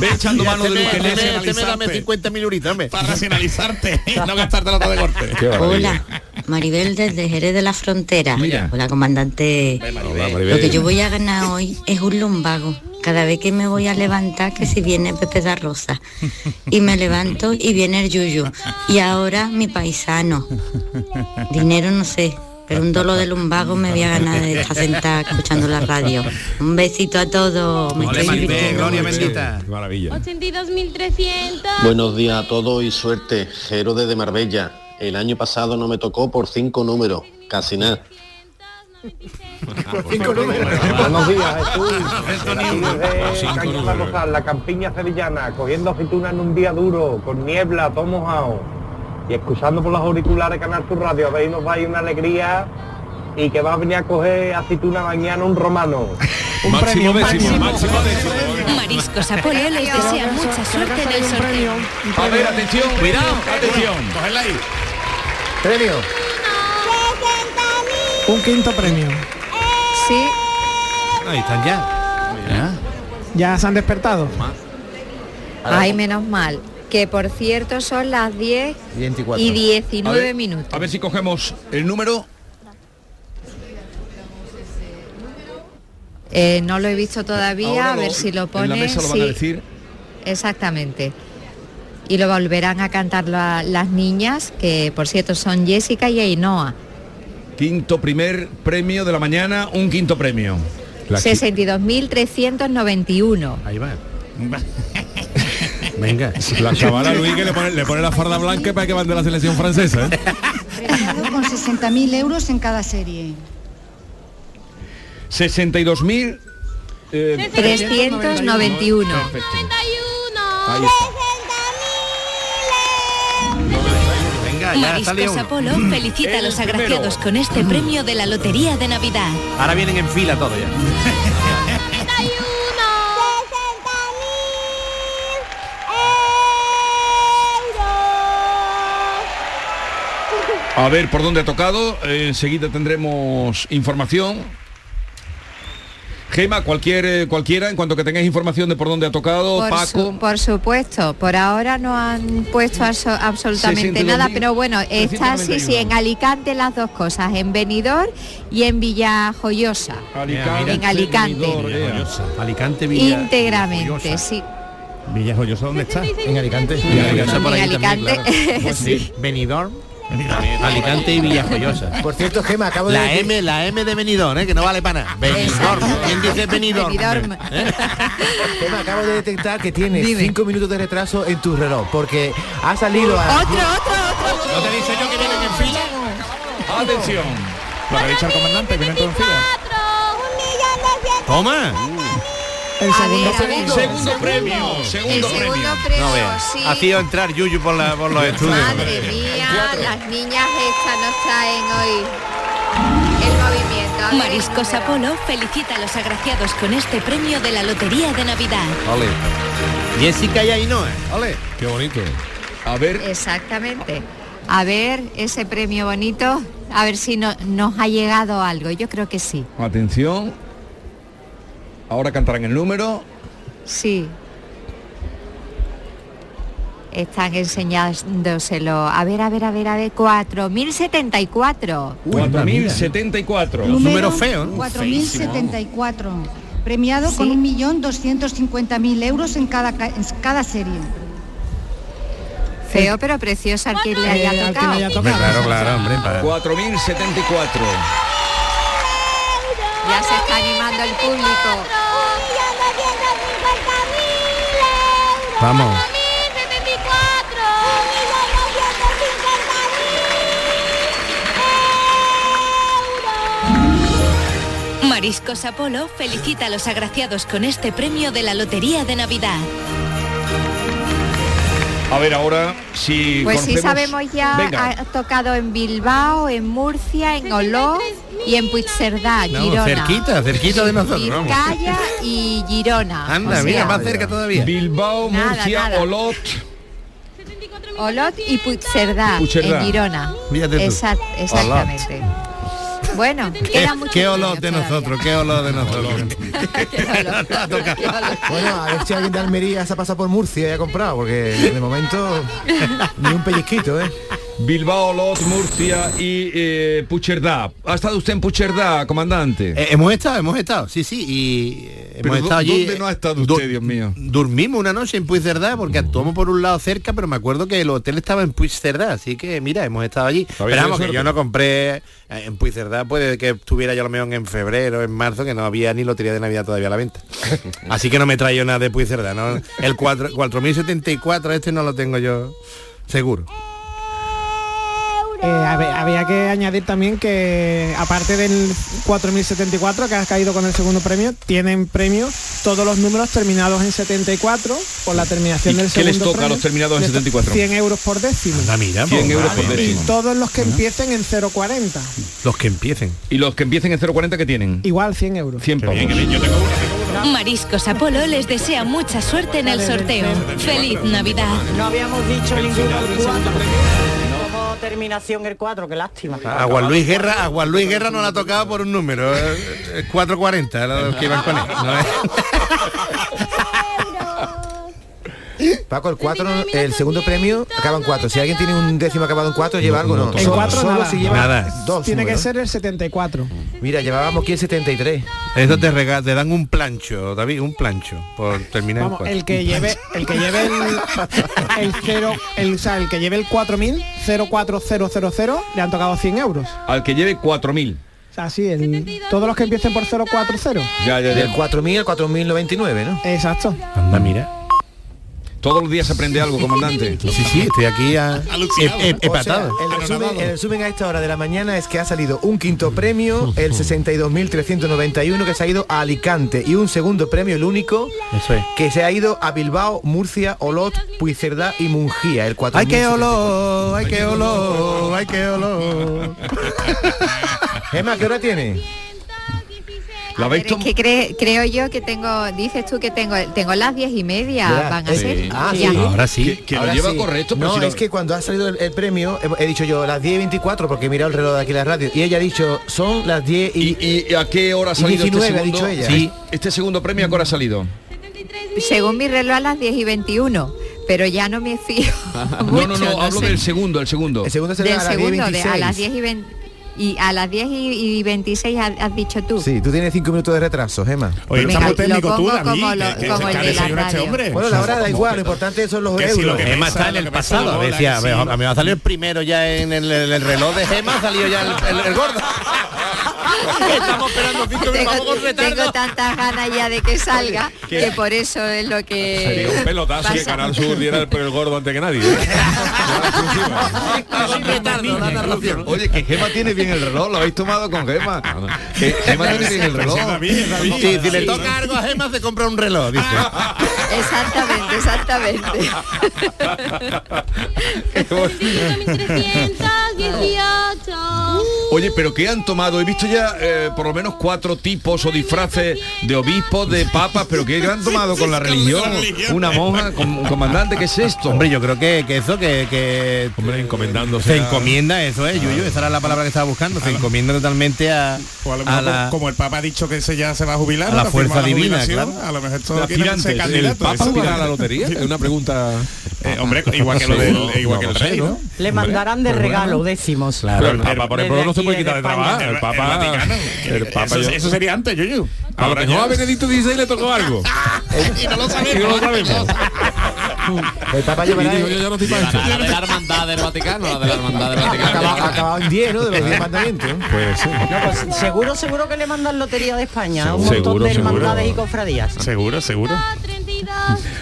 [SPEAKER 2] ve echando mano del
[SPEAKER 18] Este mes-
[SPEAKER 2] ukelele.
[SPEAKER 18] este mes dame 50.000 euritos para racionalizarte
[SPEAKER 17] no gastártela todo de corte.
[SPEAKER 9] Hola, Maribel desde Jerez de la Frontera.
[SPEAKER 17] Mira.
[SPEAKER 9] Hola, comandante. Eh, Lo que yo voy a ganar hoy es un lumbago. Cada vez que me voy a levantar, que si viene Pepe da Rosa. Y me levanto y viene el Yuyu. Y ahora mi paisano. Dinero no sé, pero un dolor de lumbago me voy a ganar de estar sentada escuchando la radio. Un besito a todos. Me estoy divirtiendo.
[SPEAKER 6] Qué Maravilla.
[SPEAKER 10] 82.300.
[SPEAKER 21] Buenos días a todos y suerte, Jero de Marbella.
[SPEAKER 19] El año pasado no me tocó por cinco números, casi nada.
[SPEAKER 3] Buenos días, Jesús.
[SPEAKER 6] Sin
[SPEAKER 3] Aquí
[SPEAKER 6] número.
[SPEAKER 3] una cosa, la campiña sevillana, cogiendo aceituna en un día duro, con niebla, todo mojado, y escuchando por los auriculares Canal Sur Radio, a ver si nos va a ir una alegría y que va a venir a coger aceituna mañana un romano. Un
[SPEAKER 6] máximo décimo,
[SPEAKER 3] máximo
[SPEAKER 5] Mariscos Apolo les desea mucha suerte en el sorteo.
[SPEAKER 2] A ver, atención, cuidado, atención.
[SPEAKER 17] Cógela ahí.
[SPEAKER 11] Premio. Un quinto premio.
[SPEAKER 22] Sí.
[SPEAKER 6] Ahí están ya.
[SPEAKER 20] Ya se han despertado.
[SPEAKER 10] Ay, menos mal. Que por cierto son las 10
[SPEAKER 2] 24.
[SPEAKER 10] y 19
[SPEAKER 2] A ver,
[SPEAKER 10] minutos.
[SPEAKER 2] A ver si cogemos el número.
[SPEAKER 10] Eh, no lo he visto todavía,
[SPEAKER 2] Ahora
[SPEAKER 10] a
[SPEAKER 2] lo-
[SPEAKER 10] ver si lo
[SPEAKER 2] En
[SPEAKER 10] pone.
[SPEAKER 2] la mesa lo van a
[SPEAKER 10] sí,
[SPEAKER 2] decir.
[SPEAKER 10] Exactamente. Y lo volverán a cantar la- las niñas, que por cierto son Jessica y Ainhoa.
[SPEAKER 2] Quinto primer premio de la mañana, un quinto premio.
[SPEAKER 10] 62.391.
[SPEAKER 2] Ahí va. (laughs)
[SPEAKER 6] Venga. La chavala Luis que le pone, le pone la farda blanca para que van de la selección francesa. ¿eh?
[SPEAKER 23] Premiado con 60.000 euros en cada serie.
[SPEAKER 2] 62.000. eh,
[SPEAKER 10] 391.
[SPEAKER 2] Perfecto. Ahí está.
[SPEAKER 18] Venga, ya ha salido
[SPEAKER 10] Mariscos
[SPEAKER 18] uno. Mm.
[SPEAKER 10] Apolo felicita a los agraciados con este premio de la Lotería de Navidad.
[SPEAKER 18] Ahora vienen en fila todos ya.
[SPEAKER 2] A ver por dónde ha tocado. eh, Enseguida tendremos información. Gema, cualquier, eh, cualquiera, en cuanto que tengáis información de por dónde ha tocado,
[SPEAKER 10] Por,
[SPEAKER 2] Paco.
[SPEAKER 10] su- por supuesto, por ahora no han puesto aso- absolutamente
[SPEAKER 2] 62.000,
[SPEAKER 10] nada, pero bueno, está sí,
[SPEAKER 2] 391.
[SPEAKER 10] sí, en Alicante las dos cosas, en Benidorm y en Villa Joyosa. en Alicante.
[SPEAKER 21] Alicante, Villa.
[SPEAKER 10] íntegramente, sí.
[SPEAKER 21] Villa Joyosa, ¿dónde está? En Alicante.
[SPEAKER 11] Villa Joyosa por
[SPEAKER 10] En ahí también, Alicante, claro.
[SPEAKER 21] Pues
[SPEAKER 11] sí.
[SPEAKER 21] sí. Benidorm.
[SPEAKER 18] Alicante y Villajoyosa.
[SPEAKER 11] Por cierto, Gema, acabo de...
[SPEAKER 18] La M, la M de Benidorm, ¿eh? que no vale para nada. Benidorm. ¿Quién dice Benidorm?
[SPEAKER 11] Benidorm. Gema, acabo de detectar que tienes cinco minutos de retraso en tu reloj, porque ha salido a...
[SPEAKER 10] Otro, otro,
[SPEAKER 18] otro. ¿No te he dicho yo que vienen en fila?
[SPEAKER 2] Atención.
[SPEAKER 17] Lo que ha dicho el comandante, vienen todos en fila.
[SPEAKER 18] Toma.
[SPEAKER 11] El
[SPEAKER 10] segundo premio.
[SPEAKER 18] Segundo
[SPEAKER 10] premio.
[SPEAKER 18] Segundo
[SPEAKER 10] El segundo
[SPEAKER 18] premio.
[SPEAKER 10] premio,
[SPEAKER 18] No veas.
[SPEAKER 10] sí.
[SPEAKER 18] Ha sido entrar Yuyu por, la- por los estudios.
[SPEAKER 10] Madre mía, las niñas estas no traen hoy el movimiento. A ver,
[SPEAKER 5] Mariscos Apolo felicita a los agraciados con este premio de la Lotería de Navidad.
[SPEAKER 18] Ole. Jessica y Ainhoa. Ole.
[SPEAKER 6] Qué bonito.
[SPEAKER 2] A ver.
[SPEAKER 10] Exactamente. A ver, ese premio bonito, a ver si no- nos ha llegado algo. Yo creo que sí.
[SPEAKER 2] Atención. Ahora cantarán el número.
[SPEAKER 10] Sí. Están enseñándoselo. A ver, a ver, a ver, a ver. 4074.
[SPEAKER 2] 4074.
[SPEAKER 23] Número
[SPEAKER 2] Feísimo.
[SPEAKER 23] 4.074. Premiado con 1.250.000 euros en cada, ca- en cada serie.
[SPEAKER 10] Feo pero precioso al que le haya tocado.
[SPEAKER 3] Hombre, claro, claro, hombre. para-
[SPEAKER 2] 4074.
[SPEAKER 10] Ya se está animando el público.
[SPEAKER 3] Vamos.
[SPEAKER 5] Mariscos Apolo felicita a los agraciados con este premio de la Lotería de Navidad.
[SPEAKER 2] A ver, ahora si
[SPEAKER 10] Pues sí
[SPEAKER 2] conocemos-
[SPEAKER 10] sabemos ya,
[SPEAKER 2] Venga.
[SPEAKER 10] ha tocado en Bilbao, en Murcia, en Oló y en Puigcerdá,
[SPEAKER 18] No,
[SPEAKER 10] Girona.
[SPEAKER 18] cerquita, cerquita de nosotros, vamos.
[SPEAKER 10] Vizcaya y Girona.
[SPEAKER 18] Anda,
[SPEAKER 10] O
[SPEAKER 18] mira,
[SPEAKER 10] sea,
[SPEAKER 18] más cerca todavía.
[SPEAKER 2] Bilbao,
[SPEAKER 10] Nada,
[SPEAKER 2] Murcia,
[SPEAKER 10] nada.
[SPEAKER 2] Olot.
[SPEAKER 10] Olot y Puigcerdá,
[SPEAKER 2] Puigcerdá.
[SPEAKER 10] en Girona.
[SPEAKER 18] Fíjate tú.
[SPEAKER 10] Exact- exactamente. Bueno,
[SPEAKER 18] Qué,
[SPEAKER 10] queda mucho
[SPEAKER 18] qué olor de nosotros, qué olor de
[SPEAKER 10] (laughs)
[SPEAKER 18] nosotros. (laughs)
[SPEAKER 11] Bueno, a ver si alguien de Almería se ha pasado por Murcia y ha comprado, porque de momento ni un pellizquito, ¿eh?
[SPEAKER 2] Bilbao, Olot, Murcia y eh, Pucherdá. ¿Ha estado usted en Pucherdá, comandante?
[SPEAKER 18] Eh, hemos estado, hemos estado, sí, sí, y eh, hemos
[SPEAKER 2] Pero ¿dó-
[SPEAKER 18] estado allí. eh,
[SPEAKER 2] dónde no ha
[SPEAKER 11] eh,
[SPEAKER 18] estado usted, Dios mío? Dormimos una noche en Puigcerdá porque actuamos por un lado cerca, pero me acuerdo que el hotel estaba en Puigcerdá, así que mira, hemos estado allí. Pero
[SPEAKER 3] tenido
[SPEAKER 18] vamos, que
[SPEAKER 3] suerte?
[SPEAKER 18] yo no compré eh, en Puigcerdá, puede que estuviera yo a lo mejor en febrero, en marzo, que no había ni lotería de Navidad todavía a la
[SPEAKER 2] (laughs)
[SPEAKER 18] venta. así que no me traigo nada de Puigcerdá, ¿no? El cuatro- 4074 este no lo tengo yo seguro.
[SPEAKER 20] Eh, habe- había que añadir también que aparte del 4074 que has caído con el segundo premio, tienen premio todos los números terminados en 74 por la terminación
[SPEAKER 2] ¿Y
[SPEAKER 20] del
[SPEAKER 2] qué
[SPEAKER 20] segundo
[SPEAKER 2] les toca a
[SPEAKER 20] premio,
[SPEAKER 2] los terminados en
[SPEAKER 20] les to-
[SPEAKER 2] 74?
[SPEAKER 20] 100 euros por décimo.
[SPEAKER 2] Anda, mira, 100 pues, euros vale, por décimo.
[SPEAKER 20] Y todos los que empiecen en 040.
[SPEAKER 2] Los que empiecen. ¿Y los que empiecen en 040 qué tienen?
[SPEAKER 20] Igual 100 euros.
[SPEAKER 2] 100 pavos.
[SPEAKER 5] Mariscos Apolo les desea mucha suerte en el sorteo. ¡Feliz Navidad!
[SPEAKER 16] No habíamos dicho ninguno el 4. Como terminación el 4, qué lástima.
[SPEAKER 18] A Juan Luis Guerra, a Juan Luis Guerra no la ha tocado por un número. eh, eh, 440, los que iban con él. ¿no?
[SPEAKER 11] Paco, el 4, el segundo premio acaba en 4. Si alguien tiene un décimo acabado en 4, lleva algo, ¿no?
[SPEAKER 20] En 4
[SPEAKER 11] solo
[SPEAKER 20] nada.
[SPEAKER 11] si lleva dos
[SPEAKER 20] Tiene que
[SPEAKER 11] números.
[SPEAKER 20] ser el 74.
[SPEAKER 11] (laughs) Mira, llevábamos aquí el 73.
[SPEAKER 18] Eso te rega- te dan un plancho, David, un plancho por terminar en
[SPEAKER 20] Vamos,
[SPEAKER 18] cuatro.
[SPEAKER 20] el que lleve el que lleve
[SPEAKER 2] (laughs)
[SPEAKER 20] el, el cero, el, o sea, el que lleve el 4000 04000 le han tocado 100 euros.
[SPEAKER 2] Al que lleve 4.000.
[SPEAKER 20] O sea, sí, el- todos los que empiecen por 040.
[SPEAKER 2] Ya, ya,
[SPEAKER 11] Del 4.000 al 4.099, ¿no?
[SPEAKER 20] Exacto.
[SPEAKER 2] Anda, mira. Todos los días se aprende algo, comandante.
[SPEAKER 11] Sí, sí, estoy aquí Eh, a...
[SPEAKER 2] he- he- he
[SPEAKER 11] O sea,
[SPEAKER 2] patado.
[SPEAKER 11] el, resumen, el resumen a esta hora de la mañana es que ha salido un quinto premio, el 62.391 que se ha ido a Alicante y un segundo premio, el único, (laughs)
[SPEAKER 7] Eso es.
[SPEAKER 11] que se ha ido a Bilbao, Murcia, Olot, Puigcerdá y Mungía. El 4.000.
[SPEAKER 18] Hay que olor, hay que olor, hay que olor.
[SPEAKER 11] Gemma, ¿qué hora tiene?
[SPEAKER 2] ¿La habéis
[SPEAKER 10] Pero es que cre- creo yo que tengo, dices tú que tengo, tengo las diez y media,
[SPEAKER 11] ¿Verdad?
[SPEAKER 10] van a
[SPEAKER 11] Es-
[SPEAKER 10] ser.
[SPEAKER 11] Ah,
[SPEAKER 10] Ya.
[SPEAKER 11] sí.
[SPEAKER 2] Que, que
[SPEAKER 11] Ahora
[SPEAKER 2] lo lleva
[SPEAKER 11] sí.
[SPEAKER 2] correcto, pero
[SPEAKER 11] No,
[SPEAKER 2] si lo-
[SPEAKER 11] es que cuando ha salido el, el premio, he, he dicho yo las 10 y 24 porque he mirado el reloj de aquí en la radio y ella ha dicho son las 10 y...
[SPEAKER 2] ¿Y, a qué hora ha salido este segundo?
[SPEAKER 11] ha dicho ella.
[SPEAKER 2] Sí. Este segundo premio, ¿a qué hora ha salido?
[SPEAKER 10] Según mi reloj a las 10 y 21, pero ya no me fío.
[SPEAKER 2] No, no, no, hablo
[SPEAKER 10] sé.
[SPEAKER 2] del segundo, el segundo. El
[SPEAKER 18] Pues
[SPEAKER 11] segundo
[SPEAKER 10] Del segundo, de a las 10 y 20 y a las 10 y, y 26 has, has dicho tú.
[SPEAKER 11] Sí, tú tienes 5 minutos de retraso, Gemma.
[SPEAKER 10] Oye, Venga, estamos lo técnicos tú, pongo David, como lo- que- que como se el de la
[SPEAKER 11] desayuna
[SPEAKER 10] radio.
[SPEAKER 11] Bueno, la hora da igual, lo importante son los euros.
[SPEAKER 18] Gemma
[SPEAKER 11] está en el pasado,
[SPEAKER 18] decía, a mí me ha salido el primero ya en el, el- el reloj de Gema, ha salido ya el, el- el gordo.
[SPEAKER 2] (laughs)
[SPEAKER 18] Estamos esperando cinco minutos, vamos con
[SPEAKER 10] Tengo,
[SPEAKER 18] retardo.
[SPEAKER 10] tengo tantas ganas ya de
[SPEAKER 2] (laughs)
[SPEAKER 10] que salga
[SPEAKER 6] ¿Qué?
[SPEAKER 10] que por eso es lo que
[SPEAKER 6] Sería un pelotazo
[SPEAKER 10] pasa.
[SPEAKER 6] que Canal Sur diera el, el gordo antes que nadie. ¿eh?
[SPEAKER 7] Oye, que Gema tiene bien el reloj, lo habéis tomado con Gema.
[SPEAKER 11] (laughs)
[SPEAKER 7] Que Gema tiene bien el reloj.
[SPEAKER 18] Sí, si le toca algo a Gema se compra un reloj, dice.
[SPEAKER 10] Exactamente, exactamente. (laughs)
[SPEAKER 2] Oye, pero ¿qué han tomado? He visto ya eh, por lo menos cuatro tipos o disfraces de obispos, de papas, pero ¿qué han tomado con la religión? Una monja, con un comandante, ¿qué es esto?
[SPEAKER 18] Hombre, yo creo que, que eso, que, que...
[SPEAKER 6] Hombre, encomendándose.
[SPEAKER 18] Se encomienda eso, ¿eh? Yuyu, esa era la palabra que estaba buscando. Se encomienda totalmente a,
[SPEAKER 17] O a lo mejor,
[SPEAKER 18] a la...
[SPEAKER 17] como, como el Papa ha dicho que ese ya se va a jubilar,
[SPEAKER 18] A la
[SPEAKER 17] ahora firma
[SPEAKER 18] fuerza divina,
[SPEAKER 17] jubilación,
[SPEAKER 18] claro.
[SPEAKER 17] A lo mejor
[SPEAKER 18] De
[SPEAKER 17] todo quiere
[SPEAKER 18] aspirantes,
[SPEAKER 17] ser
[SPEAKER 18] el
[SPEAKER 17] candidato.
[SPEAKER 18] Papa
[SPEAKER 17] eso.
[SPEAKER 18] jugará a la
[SPEAKER 6] lotería? Es una pregunta.
[SPEAKER 17] Eh, hombre, igual que lo del, igual que el rey, ¿no?
[SPEAKER 16] Le mandarán de regalo décimos.
[SPEAKER 6] Pero eh, el Papa, por ejemplo,
[SPEAKER 16] Desde
[SPEAKER 6] no se
[SPEAKER 16] aquí,
[SPEAKER 6] puede
[SPEAKER 16] desde
[SPEAKER 6] quitar de
[SPEAKER 16] España.
[SPEAKER 6] trabajo. El Papa. El Papa.
[SPEAKER 17] Eso,
[SPEAKER 6] yo-
[SPEAKER 17] eso sería antes, Yuyu.
[SPEAKER 6] A lo
[SPEAKER 17] Ahora
[SPEAKER 6] mejor
[SPEAKER 17] ya-
[SPEAKER 6] a Benedicto XVI le tocó algo.
[SPEAKER 18] Y no lo
[SPEAKER 6] Y no lo sabemos.
[SPEAKER 11] El
[SPEAKER 17] (laughs)
[SPEAKER 11] Papa llevará...
[SPEAKER 6] Y digo, yo ya no estoy para esto.
[SPEAKER 4] La de la hermandad del Vaticano, la de la hermandad del Vaticano.
[SPEAKER 11] Acaba- Acabado en 10, ¿no? De
[SPEAKER 18] (laughs)
[SPEAKER 11] los 10 mandamientos.
[SPEAKER 6] Pues sí.
[SPEAKER 16] No, pues seguro, seguro que le mandan Lotería de España, un montón
[SPEAKER 2] Seguro,
[SPEAKER 16] de
[SPEAKER 2] seguro.
[SPEAKER 16] hermandades y cofradías.
[SPEAKER 17] Seguro, seguro.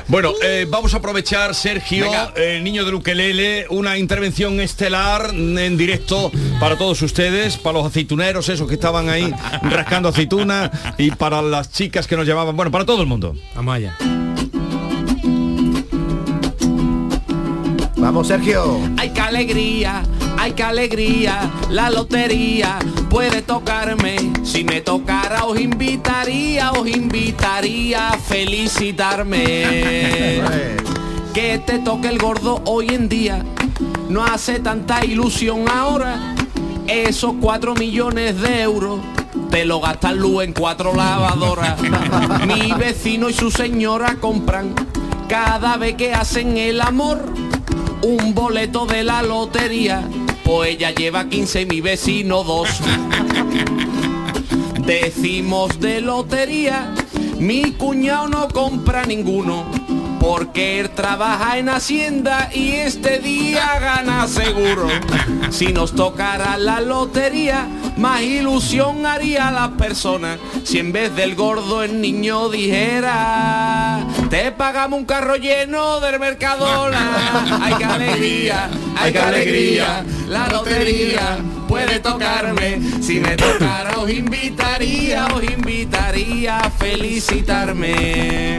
[SPEAKER 2] Bueno, eh, vamos a aprovechar, Sergio, el niño de Ukelele, una intervención estelar en directo para todos ustedes, para los aceituneros, esos que estaban ahí rascando aceitunas, y para las chicas que nos llamaban, bueno, para todo el mundo.
[SPEAKER 21] Vamos allá.
[SPEAKER 11] Vamos, Sergio.
[SPEAKER 21] Ay, qué alegría, ay, qué alegría, la lotería puede tocarme. Si me tocara os invitaría, os invitaría a felicitarme. que te toque el gordo hoy en día, no hace tanta ilusión ahora. Esos 4 millones de euros te lo gastan luz en cuatro lavadoras. Mi vecino y su señora compran cada vez que hacen el amor un boleto de la lotería, pues ella lleva 15, mi vecino dos. Decimos de lotería, mi cuñado no compra ninguno, porque él trabaja en Hacienda y este día gana seguro. Si nos tocara la lotería, más ilusión haría a las personas si en vez del gordo el niño dijera, te pagamos un carro lleno del Mercadona. Hay que alegría, hay que alegría, la lotería puede tocarme. Si me tocara os invitaría, os invitaría a felicitarme.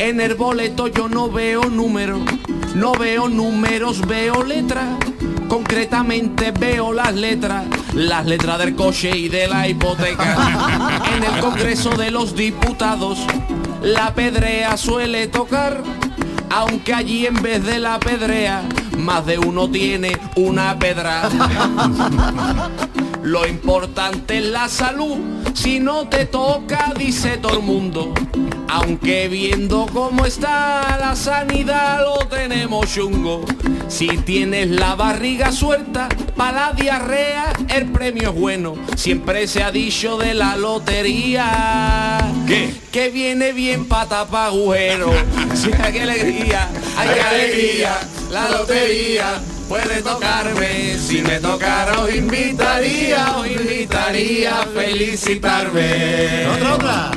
[SPEAKER 21] En el boleto yo no veo números, no veo números, veo letras. Concretamente veo las letras, las letras del coche y de la hipoteca. En el Congreso de los Diputados, la pedrea suele tocar, aunque allí en vez de la pedrea, más de uno tiene una pedra. Lo importante es la salud. Si no te toca, dice todo el mundo. Aunque viendo cómo está la sanidad lo tenemos chungo. Si tienes la barriga suelta, para la diarrea el premio es bueno. Siempre se ha dicho de la lotería. Que viene bien para tapar agujeros. Sí, hay que alegría, hay que alegría, la lotería puede tocarme. Si me tocara os invitaría, os invitaría a felicitarme.
[SPEAKER 18] Otra,
[SPEAKER 21] otra.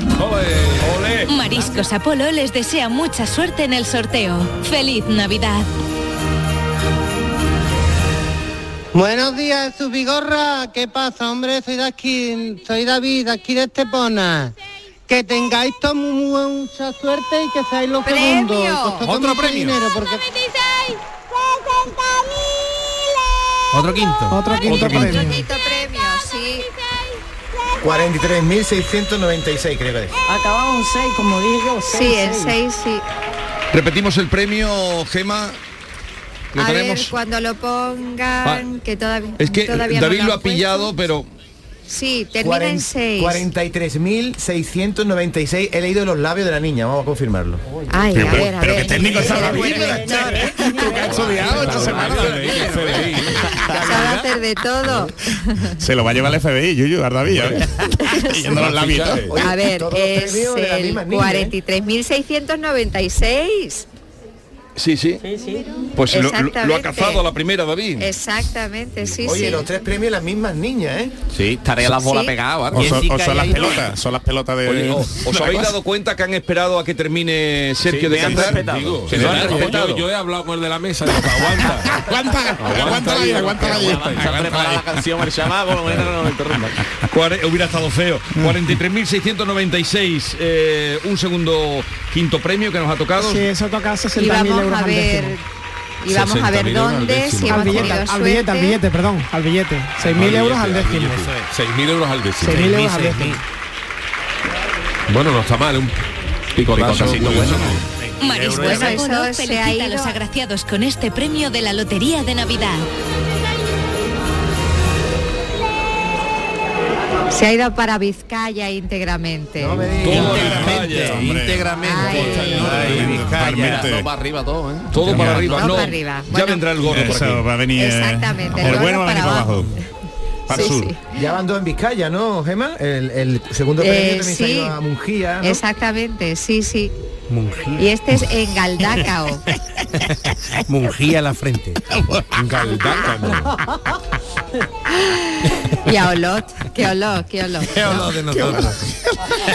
[SPEAKER 5] Mariscos Apolo les desea mucha suerte en el sorteo. ¡Feliz Navidad!
[SPEAKER 1] Buenos días, su vigorra. ¿Qué pasa, hombre? Soy de aquí, soy David, de aquí de Estepona. Que tengáis todos mu- mucha suerte y que seáis los segundos.
[SPEAKER 18] ¡Premio!
[SPEAKER 1] Que os toque
[SPEAKER 18] Otro
[SPEAKER 1] mucho
[SPEAKER 18] premio.
[SPEAKER 1] dinero, porque...
[SPEAKER 18] Otro quinto.
[SPEAKER 11] Otro quinto premio.
[SPEAKER 10] Quito premio, sí.
[SPEAKER 11] 43.696 creo que es.
[SPEAKER 16] Acababa un 6, como dije yo.
[SPEAKER 10] Sí, el 6 sí.
[SPEAKER 2] Repetimos el premio, Gema. Lo
[SPEAKER 10] A ver,
[SPEAKER 2] tenemos. Ah,
[SPEAKER 10] cuando lo pongan, que todavía
[SPEAKER 2] Es que
[SPEAKER 10] todavía no
[SPEAKER 2] David lo
[SPEAKER 10] han
[SPEAKER 2] ha pillado, pero
[SPEAKER 10] puesto. Sí, termina en 6.
[SPEAKER 11] 43.696 he leído los labios de la niña, vamos a confirmarlo.
[SPEAKER 10] Ay, a ver, a
[SPEAKER 11] pero
[SPEAKER 10] ver.
[SPEAKER 11] qué técnico es Salva
[SPEAKER 17] estudiado esta semana.
[SPEAKER 10] Sabe hacer de todo.
[SPEAKER 17] Se lo va a llevar el FBI, Yuyu, ¿eh? Ardavilla. Yendo los labios.
[SPEAKER 10] (laughs) A ver, es
[SPEAKER 11] premios de la
[SPEAKER 10] el
[SPEAKER 11] misma niña, ¿eh?
[SPEAKER 10] 43.696.
[SPEAKER 2] sí, sí. Pues lo, lo- lo ha
[SPEAKER 10] Exactamente.
[SPEAKER 2] cazado a la primera, David.
[SPEAKER 10] Exactamente, sí,
[SPEAKER 11] Oye,
[SPEAKER 10] sí.
[SPEAKER 11] los tres premios las mismas niñas, ¿eh?
[SPEAKER 21] Sí,
[SPEAKER 11] tarea las bolas Sí. pegadas, ¿vale?
[SPEAKER 17] O son, o
[SPEAKER 11] Jessica y
[SPEAKER 17] son las
[SPEAKER 11] ahí-
[SPEAKER 17] pelotas, son las pelotas de.
[SPEAKER 2] Oye,
[SPEAKER 17] (laughs)
[SPEAKER 2] ¿os, os habéis dado cuenta que han esperado a que termine Sergio de cantar?
[SPEAKER 6] Digo,
[SPEAKER 2] Se lo han respetado.
[SPEAKER 6] yo, yo he hablado con el de la mesa, digo, aguanta.
[SPEAKER 18] Aguanta la vida, aguanta la vida.
[SPEAKER 6] Está preparada la canción, el llamado, por lo menos no lo interrumpa.
[SPEAKER 2] Cuare- Hubiera estado feo. 43.696, eh, un segundo quinto premio que nos ha tocado.
[SPEAKER 20] Si eso toca
[SPEAKER 10] Y
[SPEAKER 20] 60.000
[SPEAKER 10] vamos
[SPEAKER 20] euros
[SPEAKER 10] a
[SPEAKER 20] al
[SPEAKER 10] ver,
[SPEAKER 20] décimo.
[SPEAKER 10] y vamos a ver
[SPEAKER 11] 60.000 euros al
[SPEAKER 10] dónde,
[SPEAKER 11] décimo. Al
[SPEAKER 10] si hemos
[SPEAKER 11] billete,
[SPEAKER 10] tenido
[SPEAKER 11] al billete, al
[SPEAKER 10] suerte.
[SPEAKER 11] billete, perdón, al billete. 6.000 euros al décimo.
[SPEAKER 6] 6.000 pues, euros al décimo.
[SPEAKER 11] 6.000 euros al décimo.
[SPEAKER 6] Bueno, no está mal, un picotazo.
[SPEAKER 18] Picotacito
[SPEAKER 6] curioso.
[SPEAKER 18] bueno.
[SPEAKER 5] Mariscos
[SPEAKER 10] Bueno, eso
[SPEAKER 5] Apolo
[SPEAKER 10] se
[SPEAKER 5] felicita
[SPEAKER 10] ha ido.
[SPEAKER 5] a los agraciados con este premio de la Lotería de Navidad.
[SPEAKER 10] Se ha ido para Vizcaya íntegramente.
[SPEAKER 21] Todo para arriba, todo, ¿eh?
[SPEAKER 2] Todo para arriba,
[SPEAKER 10] Todo
[SPEAKER 2] no.
[SPEAKER 10] para arriba.
[SPEAKER 2] Ya
[SPEAKER 10] Bueno.
[SPEAKER 2] vendrá el gordo por
[SPEAKER 17] Eso
[SPEAKER 2] aquí.
[SPEAKER 17] va a venir. eh,
[SPEAKER 10] Exactamente, el
[SPEAKER 17] El bueno va
[SPEAKER 10] gordo
[SPEAKER 17] a venir
[SPEAKER 10] para
[SPEAKER 17] para abajo. Para el sur.
[SPEAKER 11] Ya van dos en Vizcaya, ¿no, Gemma? El, el segundo premio
[SPEAKER 10] Eh,
[SPEAKER 11] también se ha ido
[SPEAKER 10] sí.
[SPEAKER 11] a Mungía, ¿no?
[SPEAKER 10] Exactamente, sí, sí. Y este es en Galdácao.
[SPEAKER 11] (laughs)
[SPEAKER 18] Mungía en la frente.
[SPEAKER 10] y a Olot, que Olot, que Olot.
[SPEAKER 18] ¿Qué hablo de nosotros?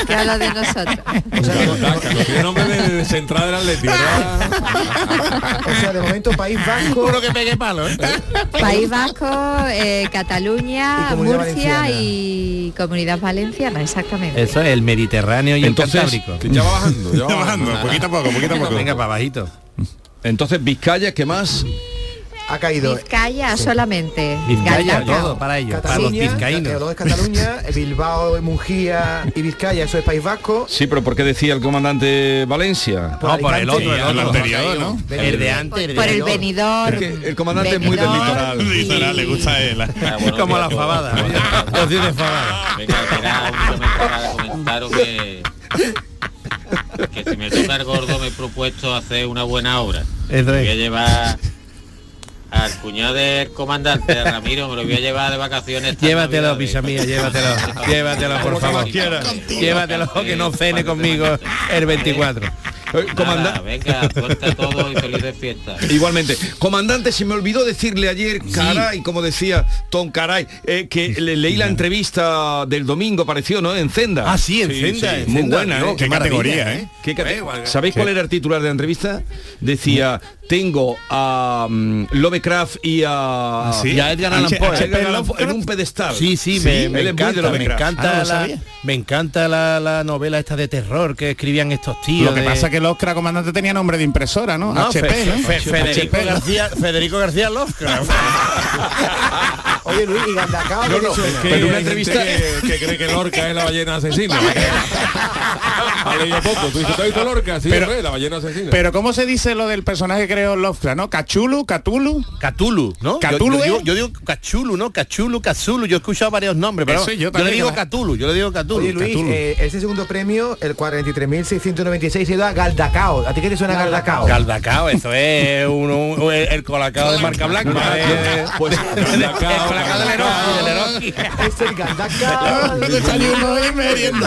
[SPEAKER 10] Que Olot de nosotros.
[SPEAKER 11] (laughs)
[SPEAKER 6] Tiene nombre de, de central del Atlético.
[SPEAKER 11] O sea, de momento País
[SPEAKER 18] (laughs)
[SPEAKER 11] Vasco.
[SPEAKER 18] Juro que pegué palo, ¿eh?
[SPEAKER 10] País Vasco, eh, Cataluña,
[SPEAKER 18] Y Comunidad
[SPEAKER 10] Murcia
[SPEAKER 18] Valenciana.
[SPEAKER 10] y Comunidad Valenciana, exactamente.
[SPEAKER 18] Eso es el Mediterráneo y el Cantábrico.
[SPEAKER 6] ya va bajando,
[SPEAKER 18] (laughs)
[SPEAKER 6] ya va
[SPEAKER 18] bajando, poquito a poco, poquito a poco. Venga, para
[SPEAKER 2] bajito. Entonces, Vizcaya, ¿qué más?
[SPEAKER 11] Ha caído
[SPEAKER 10] Vizcaya solamente.
[SPEAKER 11] Vizcaya,
[SPEAKER 10] Galdacao.
[SPEAKER 11] todo para ellos, para los vizcaínos. Cataluña,
[SPEAKER 10] (laughs)
[SPEAKER 11] Cataluña, Bilbao, Mungía y Vizcaya, eso es País Vasco.
[SPEAKER 2] Sí, pero ¿por qué decía el comandante Valencia?
[SPEAKER 11] Por No, por el Alicante. otro, el otro.
[SPEAKER 17] ¿no?
[SPEAKER 18] El de antes.
[SPEAKER 10] Por el venidor.
[SPEAKER 2] El comandante es muy del
[SPEAKER 10] Benidorm.
[SPEAKER 2] litoral.
[SPEAKER 17] Litoral, le gusta a
[SPEAKER 18] ¿eh? (laughs)
[SPEAKER 17] él.
[SPEAKER 18] Como la fabada. Los dientes fabada.
[SPEAKER 13] Venga, espera un momento para comentaros que, que si me toca el gordo me he propuesto hacer una buena obra. Me
[SPEAKER 18] Eso
[SPEAKER 13] voy a
[SPEAKER 18] es.
[SPEAKER 13] llevar al cuñado del comandante, a Ramiro, me lo voy a llevar de vacaciones. estas
[SPEAKER 18] Llévatelo,
[SPEAKER 13] navidades.
[SPEAKER 18] pisa mía, llévatelo. Llévatelo, por favor. Llévatelo, que no cene conmigo el 24.
[SPEAKER 2] Eh, comanda-
[SPEAKER 24] Nada, venga, suerte a todos y felices
[SPEAKER 18] (laughs)
[SPEAKER 24] fiestas.
[SPEAKER 2] Igualmente. Comandante, se me olvidó decirle ayer, caray, como decía Tom Caray, eh, que le- leí la entrevista del domingo, pareció, ¿no? En Zenda.
[SPEAKER 18] Ah, sí, en Zenda, en
[SPEAKER 2] muy
[SPEAKER 18] Zenda,
[SPEAKER 2] buena,
[SPEAKER 18] ¿no?
[SPEAKER 2] ¿eh?
[SPEAKER 18] Qué
[SPEAKER 2] maravilla,
[SPEAKER 18] categoría, ¿eh?
[SPEAKER 2] Qué cate-
[SPEAKER 18] Eh, igual-
[SPEAKER 2] ¿Sabéis
[SPEAKER 18] Sí.
[SPEAKER 2] cuál era el titular de la entrevista? Decía, tengo a um, Lovecraft y a...
[SPEAKER 18] Ah, ¿Sí? Y a Edgar Allan
[SPEAKER 2] H-
[SPEAKER 18] Poe.
[SPEAKER 2] H- Edgar Allan
[SPEAKER 18] Lovecraft.
[SPEAKER 2] en un pedestal.
[SPEAKER 18] Sí, sí, me, me
[SPEAKER 2] él es muy de
[SPEAKER 18] encanta, me
[SPEAKER 2] Lovecraft.
[SPEAKER 18] encanta,
[SPEAKER 2] Ah, no lo
[SPEAKER 18] la,
[SPEAKER 2] sabía.
[SPEAKER 18] me encanta la, la novela esta de terror que escribían estos tíos.
[SPEAKER 17] Lo que
[SPEAKER 18] de-
[SPEAKER 17] pasa es que el Oscar comandante tenía nombre de impresora, ¿no?
[SPEAKER 18] No,
[SPEAKER 17] HP,
[SPEAKER 18] Fe-
[SPEAKER 17] ¿no?
[SPEAKER 18] Fe- Federico,
[SPEAKER 17] HP.
[SPEAKER 18] García, Federico
[SPEAKER 17] (laughs)
[SPEAKER 18] García Lovecraft.
[SPEAKER 11] Oye, Luis, y Gandacao,
[SPEAKER 6] No,
[SPEAKER 11] ¿qué
[SPEAKER 6] no,
[SPEAKER 11] te suena?
[SPEAKER 6] pero una entrevista que, que cree que Lorca es la ballena asesina. (laughs) ha leído poco. Tú dices, ¿te has visto Lorca? Sí,
[SPEAKER 17] Pero-
[SPEAKER 6] hombre, la ballena asesina.
[SPEAKER 17] Pero ¿cómo se dice lo del personaje que creó Lovecraft, no? ¿Cachulu? ¿Catulu?
[SPEAKER 18] Catulu, ¿no?
[SPEAKER 17] ¿Catulu
[SPEAKER 18] yo,
[SPEAKER 17] es?
[SPEAKER 18] yo, yo digo Cachulu, ¿no? Cachulu, Cazulu. Yo he escuchado varios nombres, pero
[SPEAKER 11] Eso
[SPEAKER 18] no,
[SPEAKER 11] yo
[SPEAKER 18] yo ¿eh? le
[SPEAKER 11] también,
[SPEAKER 18] digo
[SPEAKER 11] ¿verdad?
[SPEAKER 18] Catulu, yo le digo Catulu.
[SPEAKER 11] Oye, Luis,
[SPEAKER 18] Catulu.
[SPEAKER 11] eh, ese segundo premio, el 43.696, se da a Galdacao. ¿A ti qué te suena Galdacao?
[SPEAKER 18] Galdacao, eso es un- un- un- el, el colacao de marca blanca. eh. (laughs) el colacao de
[SPEAKER 11] (laughs)
[SPEAKER 18] Leroy.
[SPEAKER 11] Es el Gandacao.
[SPEAKER 2] No,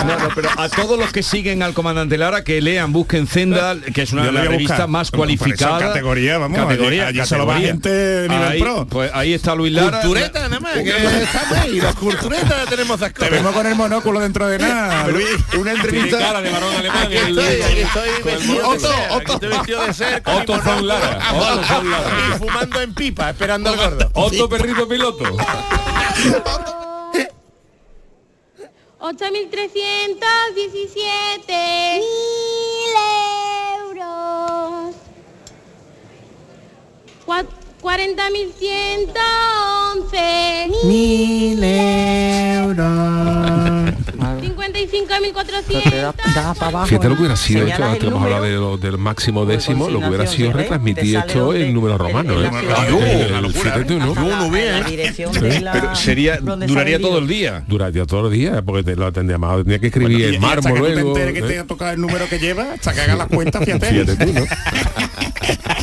[SPEAKER 2] no, pero a todos los que siguen al comandante Lara que lean, busquen Zenda, que es una
[SPEAKER 17] Yo
[SPEAKER 2] de
[SPEAKER 17] lo
[SPEAKER 2] las
[SPEAKER 17] voy a
[SPEAKER 2] revistas
[SPEAKER 17] buscar.
[SPEAKER 2] más
[SPEAKER 17] Por eso,
[SPEAKER 2] cualificada.
[SPEAKER 17] categoría, vamos, allí- allí solo va gente de nivel
[SPEAKER 2] ahí,
[SPEAKER 17] pro.
[SPEAKER 2] Pues ahí está Luis Lara.
[SPEAKER 18] Cultureta, nada más, que estamos ahí, los culturetas tenemos esas
[SPEAKER 17] Te vemos con el monóculo dentro (laughs) de nada, Luis.
[SPEAKER 2] Una entrevista.
[SPEAKER 6] cara de varón alemán.
[SPEAKER 18] Aquí estoy, aquí estoy vestido de
[SPEAKER 6] Otto,
[SPEAKER 18] ser, aquí estoy vestido de ser. con mi
[SPEAKER 6] Otto von Lara,
[SPEAKER 18] monóculo.
[SPEAKER 6] Otto von Lara.
[SPEAKER 18] Y fumando en pipa, esperando al gordo.
[SPEAKER 6] Otro perrito piloto.
[SPEAKER 19] 8.317 mil euros. Cua- 40.111
[SPEAKER 20] Mil euros. (laughs)
[SPEAKER 19] 55.400
[SPEAKER 6] Fíjate lo que hubiera sido esto,
[SPEAKER 20] Señalas
[SPEAKER 6] antes
[SPEAKER 20] el Pues
[SPEAKER 6] que hemos hablado de lo- del máximo décimo, lo que hubiera
[SPEAKER 20] ¿eh?
[SPEAKER 6] sido retransmitir esto en número romano. ¿eh? Dios, fíjate tú, ¿no?
[SPEAKER 20] La dirección de la-
[SPEAKER 6] Pero
[SPEAKER 20] (laughs)
[SPEAKER 6] sería
[SPEAKER 20] donde se ha vendido.
[SPEAKER 6] el día. Duraría todo el día, porque te lo tendría más, tendría que escribir
[SPEAKER 17] Y- y
[SPEAKER 6] el
[SPEAKER 17] hasta
[SPEAKER 6] mármol
[SPEAKER 17] que tú te
[SPEAKER 6] luego.
[SPEAKER 17] enteres que
[SPEAKER 6] ¿eh?
[SPEAKER 17] te ha tocado el número que lleva, hasta que hagas las cuentas, fíjate.
[SPEAKER 6] Fíjate tú, ¿no?
[SPEAKER 18] (laughs)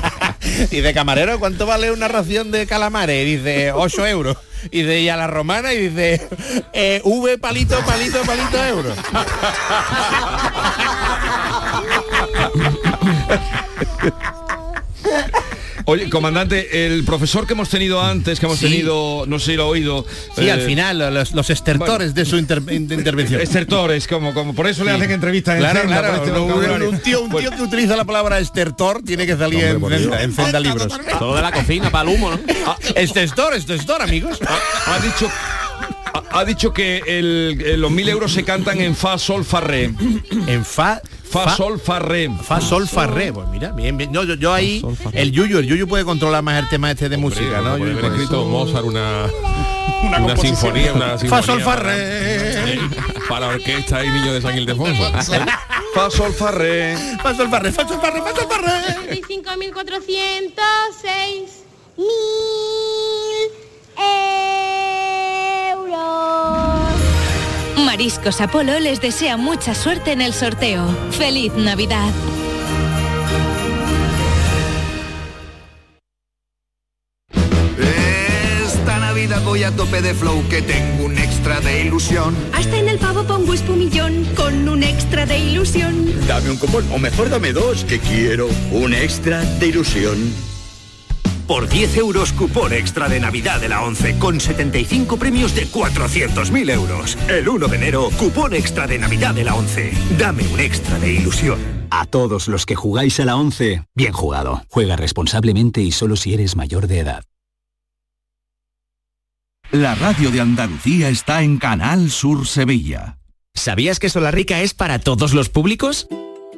[SPEAKER 18] Y de camarero, ¿cuánto vale una ración de calamares? Y dice, 8 euros. Y de y a la romana y dice, eh, V palito, palito, palito euros.
[SPEAKER 2] (laughs) Oye, comandante, el profesor que hemos tenido antes, que hemos
[SPEAKER 18] Sí.
[SPEAKER 2] tenido, no sé si lo ha oído. eh,
[SPEAKER 18] Sí, al final, los, los estertores de su inter- in- intervención.
[SPEAKER 2] Estertores, como, como por eso le hacen entrevistas en
[SPEAKER 18] Claro,
[SPEAKER 2] Zenda,
[SPEAKER 18] claro,
[SPEAKER 2] por este
[SPEAKER 18] no,
[SPEAKER 2] vocabulario.
[SPEAKER 18] un, tío, un tío que utiliza la palabra estertor tiene que salir en Zenda- en Zenda Libros.
[SPEAKER 24] Todo de la cocina, para el humo, ¿no?
[SPEAKER 18] Ah, Estertor, estertor, amigos.
[SPEAKER 2] Ha dicho, ha, ha dicho que el- eh, los mil euros se cantan en fa sol fa re.
[SPEAKER 18] En fa
[SPEAKER 2] fa, sol fa re.
[SPEAKER 18] Fa, sol, fa, re. Pues mira, bien, bien. No, yo, yo ahí, el Yuyu, el Yuyu puede controlar más el tema este de música, ¿no?
[SPEAKER 6] Podría
[SPEAKER 18] Yuyu,
[SPEAKER 6] haber
[SPEAKER 18] con
[SPEAKER 6] escrito
[SPEAKER 18] eso.
[SPEAKER 6] Mozart una, una, sinfonía, una sinfonía.
[SPEAKER 18] Fa, sol, fa, re.
[SPEAKER 6] Sí, (laughs) Para orquesta y niños de San Ildefonso.
[SPEAKER 2] Fa sol fa re.
[SPEAKER 18] Fa, sol, fa, re, fa, sol, fa, re, fa, sol, fa, re.
[SPEAKER 19] 65.406 mil euros.
[SPEAKER 5] Mariscos Apolo les desea mucha suerte en el sorteo. ¡Feliz Navidad!
[SPEAKER 25] Esta Navidad voy a tope de flow que tengo un extra de ilusión.
[SPEAKER 26] Hasta en el pavo pongo espumillón con un extra de ilusión.
[SPEAKER 25] Dame un cupón, o mejor dame dos, que quiero un extra de ilusión.
[SPEAKER 27] Por 10 euros cupón extra de Navidad de la 11 con 75 premios de 400.000 euros. El 1 de enero, cupón extra de Navidad de la 11. Dame un extra de ilusión.
[SPEAKER 1] A todos los que jugáis a la 11, bien jugado. Juega responsablemente y solo si eres mayor de edad.
[SPEAKER 28] La radio de Andalucía está en Canal Sur Sevilla.
[SPEAKER 21] ¿Sabías que Solarrica es para todos los públicos?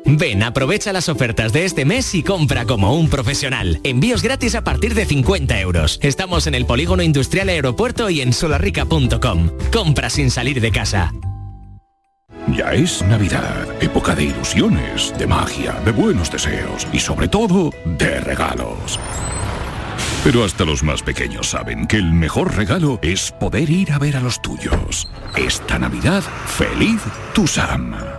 [SPEAKER 21] Ven, aprovecha las ofertas de este mes y compra como un profesional. Envíos gratis a partir de 50 euros. Estamos en el Polígono Industrial Aeropuerto y en solarrica.com. Compra sin salir de casa.
[SPEAKER 29] Ya es Navidad, época de ilusiones, de magia, de buenos deseos y sobre todo de regalos. Pero hasta los más pequeños saben que el mejor regalo es poder ir a ver a los tuyos. Esta Navidad, feliz tu Sam.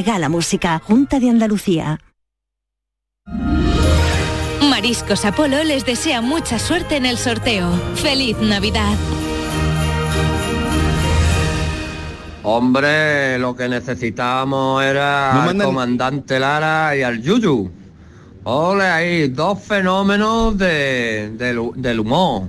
[SPEAKER 30] regala música. Junta de
[SPEAKER 11] (laughs)
[SPEAKER 30] Andalucía.
[SPEAKER 31] Mariscos Apolo les desea mucha suerte en el sorteo. ¡Feliz Navidad!
[SPEAKER 23] Hombre, lo que necesitábamos era
[SPEAKER 18] No
[SPEAKER 23] al
[SPEAKER 18] mandan-
[SPEAKER 23] comandante Lara y al Yuyu. Ole ahí, dos fenómenos de- del, hu- del humor.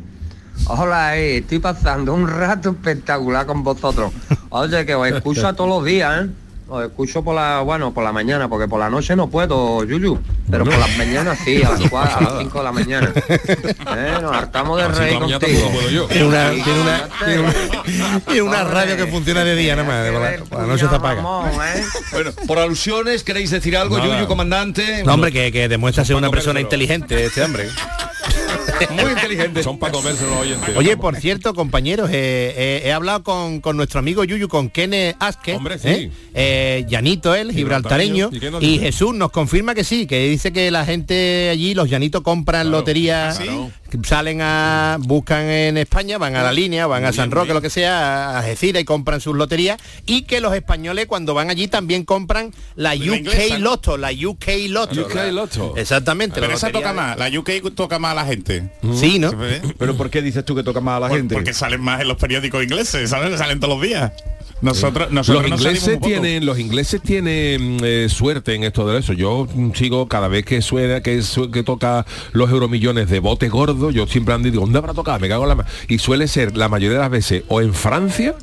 [SPEAKER 23] Hola ahí, estoy pasando un rato espectacular con vosotros. Oye, que os escucho a todos los días, ¿eh? Os escucho por la, bueno, por la mañana, porque por la noche no puedo, Yuyu. Pero por las mañanas sí, a las 4, a las 5 de la mañana. Eh, Nos hartamos
[SPEAKER 6] Ah,
[SPEAKER 23] de reír contigo.
[SPEAKER 32] Tiene una,
[SPEAKER 23] Y-
[SPEAKER 32] tiene una, tiene una- tiene una radio que funciona de día nada más, de por la, por la noche se apaga.
[SPEAKER 2] Bueno, por alusiones, ¿queréis decir algo,
[SPEAKER 32] Nada.
[SPEAKER 2] Yuyu, comandante?
[SPEAKER 18] No, hombre, que, que demuestra ser una persona inteligente este hombre.
[SPEAKER 2] (laughs) Muy inteligente.
[SPEAKER 32] Son
[SPEAKER 6] para comerse los oyentes.
[SPEAKER 18] Oye, por cierto, compañeros, eh, eh, he hablado con, con nuestro amigo Yuyu, con Kenneth Aske.
[SPEAKER 6] Hombre, sí.
[SPEAKER 18] ¿eh? Eh, Llanito, él,
[SPEAKER 6] Gibraltareño.
[SPEAKER 18] gibraltareño.
[SPEAKER 6] ¿Y qué nos
[SPEAKER 18] Y
[SPEAKER 6] dice?
[SPEAKER 18] Jesús nos confirma que sí, que dice que la gente allí, los llanitos, compran
[SPEAKER 6] Ah,
[SPEAKER 18] loterías. Salen a, buscan en España, van a la línea, van a San Roque, lo que sea, a Algeciras y compran sus loterías. Y que los españoles cuando van allí también compran la
[SPEAKER 17] La
[SPEAKER 18] UK
[SPEAKER 17] inglesa.
[SPEAKER 18] Lotto, la UK Lotto.
[SPEAKER 17] UK
[SPEAKER 18] la-
[SPEAKER 17] Lotto.
[SPEAKER 18] Exactamente.
[SPEAKER 17] Pero
[SPEAKER 18] la
[SPEAKER 17] esa
[SPEAKER 18] lotería
[SPEAKER 17] toca
[SPEAKER 18] de-
[SPEAKER 17] más, la UK toca más a la gente. ¿Eh?
[SPEAKER 18] Sí, ¿no?
[SPEAKER 2] Pero ¿por qué dices tú que toca más a la gente?
[SPEAKER 17] Porque salen más en los periódicos ingleses, ¿sabes? Salen todos los días. Nosotros, nosotros
[SPEAKER 6] los
[SPEAKER 17] nos salimos
[SPEAKER 6] ingleses
[SPEAKER 17] un poco.
[SPEAKER 6] tienen los ingleses tienen eh, suerte en esto de eso yo mm, sigo cada vez que suena que, su- que toca los euromillones de bote gordo yo siempre ando y digo ¿dónde habrá tocado? me cago en la ma-". y suele ser la mayoría de las veces o en Francia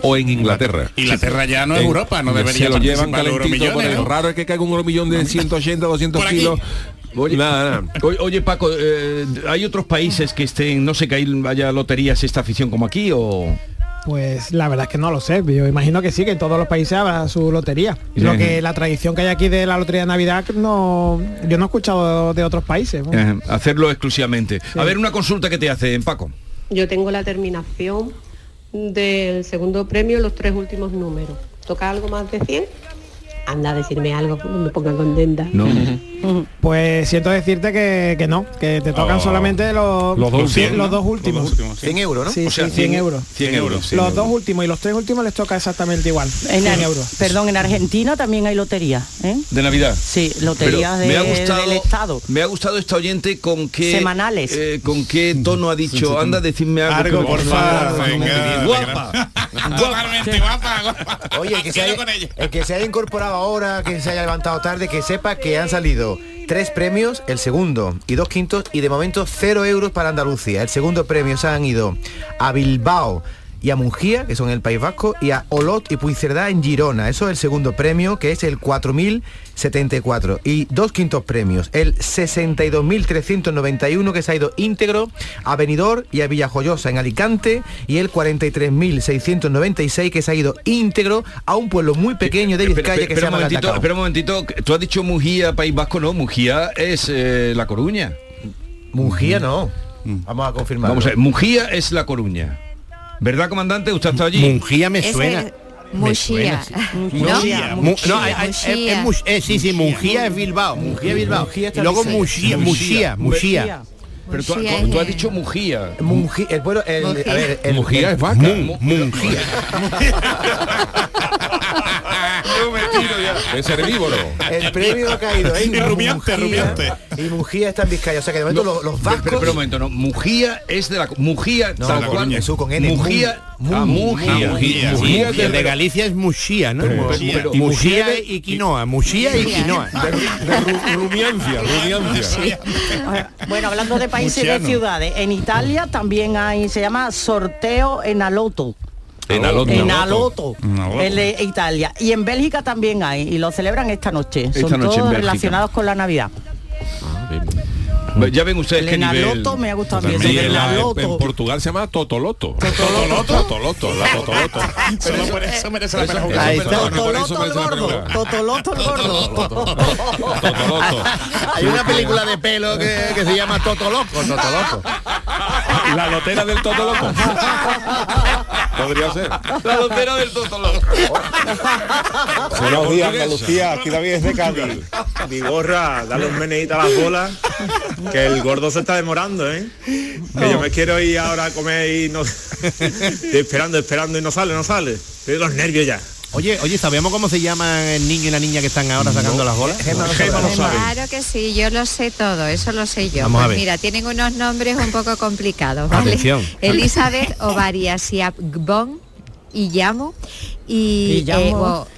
[SPEAKER 6] o en Inglaterra
[SPEAKER 17] Inglaterra ya no es
[SPEAKER 6] En-
[SPEAKER 17] Europa, no debería
[SPEAKER 6] se lo llevan
[SPEAKER 17] participar en los
[SPEAKER 6] calentito
[SPEAKER 17] euromillones,
[SPEAKER 6] por el
[SPEAKER 17] ¿no?
[SPEAKER 6] raro es que caiga un euromillón de 180 200 kilos
[SPEAKER 2] Oye,
[SPEAKER 6] Nada,
[SPEAKER 2] Oye, oye, Paco, eh, ¿hay otros países que estén, no sé, que hay vaya loterías esta afición como aquí o...?
[SPEAKER 20] Pues la verdad es que no lo sé, yo imagino que sí, que en todos los países habrá su lotería. Lo
[SPEAKER 2] Ajá.
[SPEAKER 20] que la tradición que hay aquí de la lotería de Navidad no yo no he escuchado de otros países. vamos.
[SPEAKER 2] Ajá, hacerlo exclusivamente. A ver, una consulta que te hacen, Paco.
[SPEAKER 15] Yo tengo la terminación del segundo premio, los tres últimos números. ¿Toca algo más de 100? Anda a decirme algo, que me ponga contenta.
[SPEAKER 2] No.
[SPEAKER 20] Pues siento decirte que, que no, que te tocan
[SPEAKER 2] Oh.
[SPEAKER 20] solamente los,
[SPEAKER 2] Los dos últimos,
[SPEAKER 20] los
[SPEAKER 2] ¿no?
[SPEAKER 20] dos últimos.
[SPEAKER 2] Los dos últimos, sí.
[SPEAKER 32] 100 euros, ¿no?
[SPEAKER 20] Sí,
[SPEAKER 2] O sea,
[SPEAKER 20] sí, 100 euros.
[SPEAKER 2] 100 euros.
[SPEAKER 20] los dos últimos y los tres últimos les toca exactamente igual.
[SPEAKER 16] En
[SPEAKER 20] 100
[SPEAKER 16] Ar-
[SPEAKER 20] euros.
[SPEAKER 16] Perdón, en Argentina también hay lotería. ¿eh?
[SPEAKER 2] De Navidad.
[SPEAKER 16] Sí, loterías
[SPEAKER 2] Pero me ha
[SPEAKER 16] de-
[SPEAKER 2] gustado-
[SPEAKER 16] del Estado.
[SPEAKER 2] Me ha gustado esta oyente con qué
[SPEAKER 16] Semanales.
[SPEAKER 2] eh, con qué tono ha dicho, anda, decidme algo,
[SPEAKER 16] Algo,
[SPEAKER 2] que me
[SPEAKER 16] por
[SPEAKER 2] ponga
[SPEAKER 16] favor,
[SPEAKER 2] muy
[SPEAKER 16] venga,
[SPEAKER 2] bien".
[SPEAKER 16] venga.
[SPEAKER 2] guapa.
[SPEAKER 17] Totalmente guapa, guapa.
[SPEAKER 11] Oye, el que, se
[SPEAKER 17] Quiero
[SPEAKER 11] haya,
[SPEAKER 17] con ella.
[SPEAKER 11] el que se haya incorporado ahora, que se haya levantado tarde, que sepa que han salido tres premios, el segundo y dos quintos, y de momento cero euros para Andalucía. El segundo premio se han ido a Bilbao y a Mungía, que son en el País Vasco, y a Olot y Puigcerdá en Girona. Eso es el segundo premio, que es el 4.074. Y dos quintos premios, el 62.391, que se ha ido íntegro a Benidorm y a Villajoyosa en Alicante, y el 43.696, que se ha ido íntegro a un pueblo muy pequeño de
[SPEAKER 2] Espera,
[SPEAKER 11] Vizcaya que se
[SPEAKER 2] espera un
[SPEAKER 11] llama
[SPEAKER 2] momentito,
[SPEAKER 11] Galdacao.
[SPEAKER 2] espera un momentito, tú has dicho Mujía, País Vasco, no, Mujía es eh, La Coruña.
[SPEAKER 11] Mujía no. Vamos a confirmar.
[SPEAKER 2] Vamos a ver, Mujía es La Coruña. ¿Verdad, comandante? ¿Usted ha estado allí?
[SPEAKER 11] Mujía
[SPEAKER 10] me Es suena. el- Me suena, Muxía. sí. ¿No?
[SPEAKER 11] (laughs)
[SPEAKER 10] Muxía,
[SPEAKER 11] Mu-
[SPEAKER 10] Muxía,
[SPEAKER 11] no, hay- hay- es-
[SPEAKER 10] Muxía.
[SPEAKER 11] es Mux- eh, sí, sí, Mujía es Bilbao. Mujía es Bilbao. Mujía está y luego Vizcaya. Mujía, Mujía, Mujía.
[SPEAKER 2] Pero tú,
[SPEAKER 11] Mujía
[SPEAKER 2] tú-
[SPEAKER 11] es
[SPEAKER 2] tú has
[SPEAKER 11] el-
[SPEAKER 2] dicho Mujía.
[SPEAKER 11] Mujía, el pueblo, el, a ver, el-
[SPEAKER 6] Mujía
[SPEAKER 11] el-
[SPEAKER 6] es vaca.
[SPEAKER 11] Mu-
[SPEAKER 6] Mujía. Es herbívoro.
[SPEAKER 11] El premio ha
[SPEAKER 2] (laughs)
[SPEAKER 11] caído ¿eh?
[SPEAKER 17] (laughs)
[SPEAKER 11] ahí.
[SPEAKER 2] Y rumiante, rumiante.
[SPEAKER 11] Y Mujía está en Vizcaya. O sea que de momento los, los
[SPEAKER 2] Pero,
[SPEAKER 11] vascos.
[SPEAKER 2] pero, pero un momento, no. Mujía es de la Mujía,
[SPEAKER 11] No,
[SPEAKER 2] tal
[SPEAKER 11] La
[SPEAKER 2] cual.
[SPEAKER 11] Coruña, Jesús, con N,
[SPEAKER 2] Mujía,
[SPEAKER 11] Mu-
[SPEAKER 2] ah,
[SPEAKER 11] Mu-
[SPEAKER 2] Mujía.
[SPEAKER 11] Ah, Mujía. Mujía. Mujía Y el de Galicia
[SPEAKER 18] es Muxía,
[SPEAKER 11] ¿no? Mujía.
[SPEAKER 18] Y Mujía y quinoa, Mujía y quinoa.
[SPEAKER 11] (laughs)
[SPEAKER 6] Rumiancia, rumiancia.
[SPEAKER 16] Bueno, hablando de países y de
[SPEAKER 6] Murciano.
[SPEAKER 16] ciudades, en Italia también hay, se llama sorteo en Aloto. En Aloto,
[SPEAKER 6] Ah,
[SPEAKER 16] en de Italia. Y en Bélgica también hay, y lo celebran esta noche.
[SPEAKER 2] Esta
[SPEAKER 16] Son
[SPEAKER 2] noche en
[SPEAKER 16] todos
[SPEAKER 2] Bélgica.
[SPEAKER 16] relacionados con la Navidad.
[SPEAKER 2] Ya ven ustedes
[SPEAKER 16] El
[SPEAKER 2] qué nivel.
[SPEAKER 16] enaloto me ha gustado a mí.
[SPEAKER 6] También
[SPEAKER 16] eso, el
[SPEAKER 6] en, la-
[SPEAKER 16] enaloto.
[SPEAKER 6] en Portugal se llama Totoloto. Totoloto. Totoloto, la (laughs) Totoloto.
[SPEAKER 11] (laughs)
[SPEAKER 17] Solo por eso merece la
[SPEAKER 6] Eso-
[SPEAKER 17] pena
[SPEAKER 6] eso-
[SPEAKER 17] jugar.
[SPEAKER 6] Ahí está. Totoloto
[SPEAKER 17] Por eso merece la pena jugar.
[SPEAKER 16] Totoloto el gordo.
[SPEAKER 11] Hay una película de pelo que, que se llama Toto Loco. Toto Loco.
[SPEAKER 6] La lotera del Totoloto. Podría ser.
[SPEAKER 2] La lotera del Totoloco.
[SPEAKER 17] Ah,
[SPEAKER 33] Buenos días, Andalucía. Aquí David es de Cádiz. Vigorra, dale un meneíto a las bolas, que el gordo se está demorando, ¿eh? Que yo me quiero ir ahora a comer y no... (laughs) Estoy esperando, esperando y no sale, no sale. Estoy de los nervios ya.
[SPEAKER 18] Oye, oye, ¿sabemos cómo se llaman el niño y la niña que están ahora sacando las bolas?
[SPEAKER 10] Claro que sí, yo lo sé todo, eso lo sé yo.
[SPEAKER 18] Vamos a
[SPEAKER 10] Pues
[SPEAKER 18] ver.
[SPEAKER 10] mira, tienen unos nombres un poco complicados, ¿vale?
[SPEAKER 18] Atención.
[SPEAKER 10] Elizabeth Ovaria Siagbon y llamo y
[SPEAKER 18] Illamo.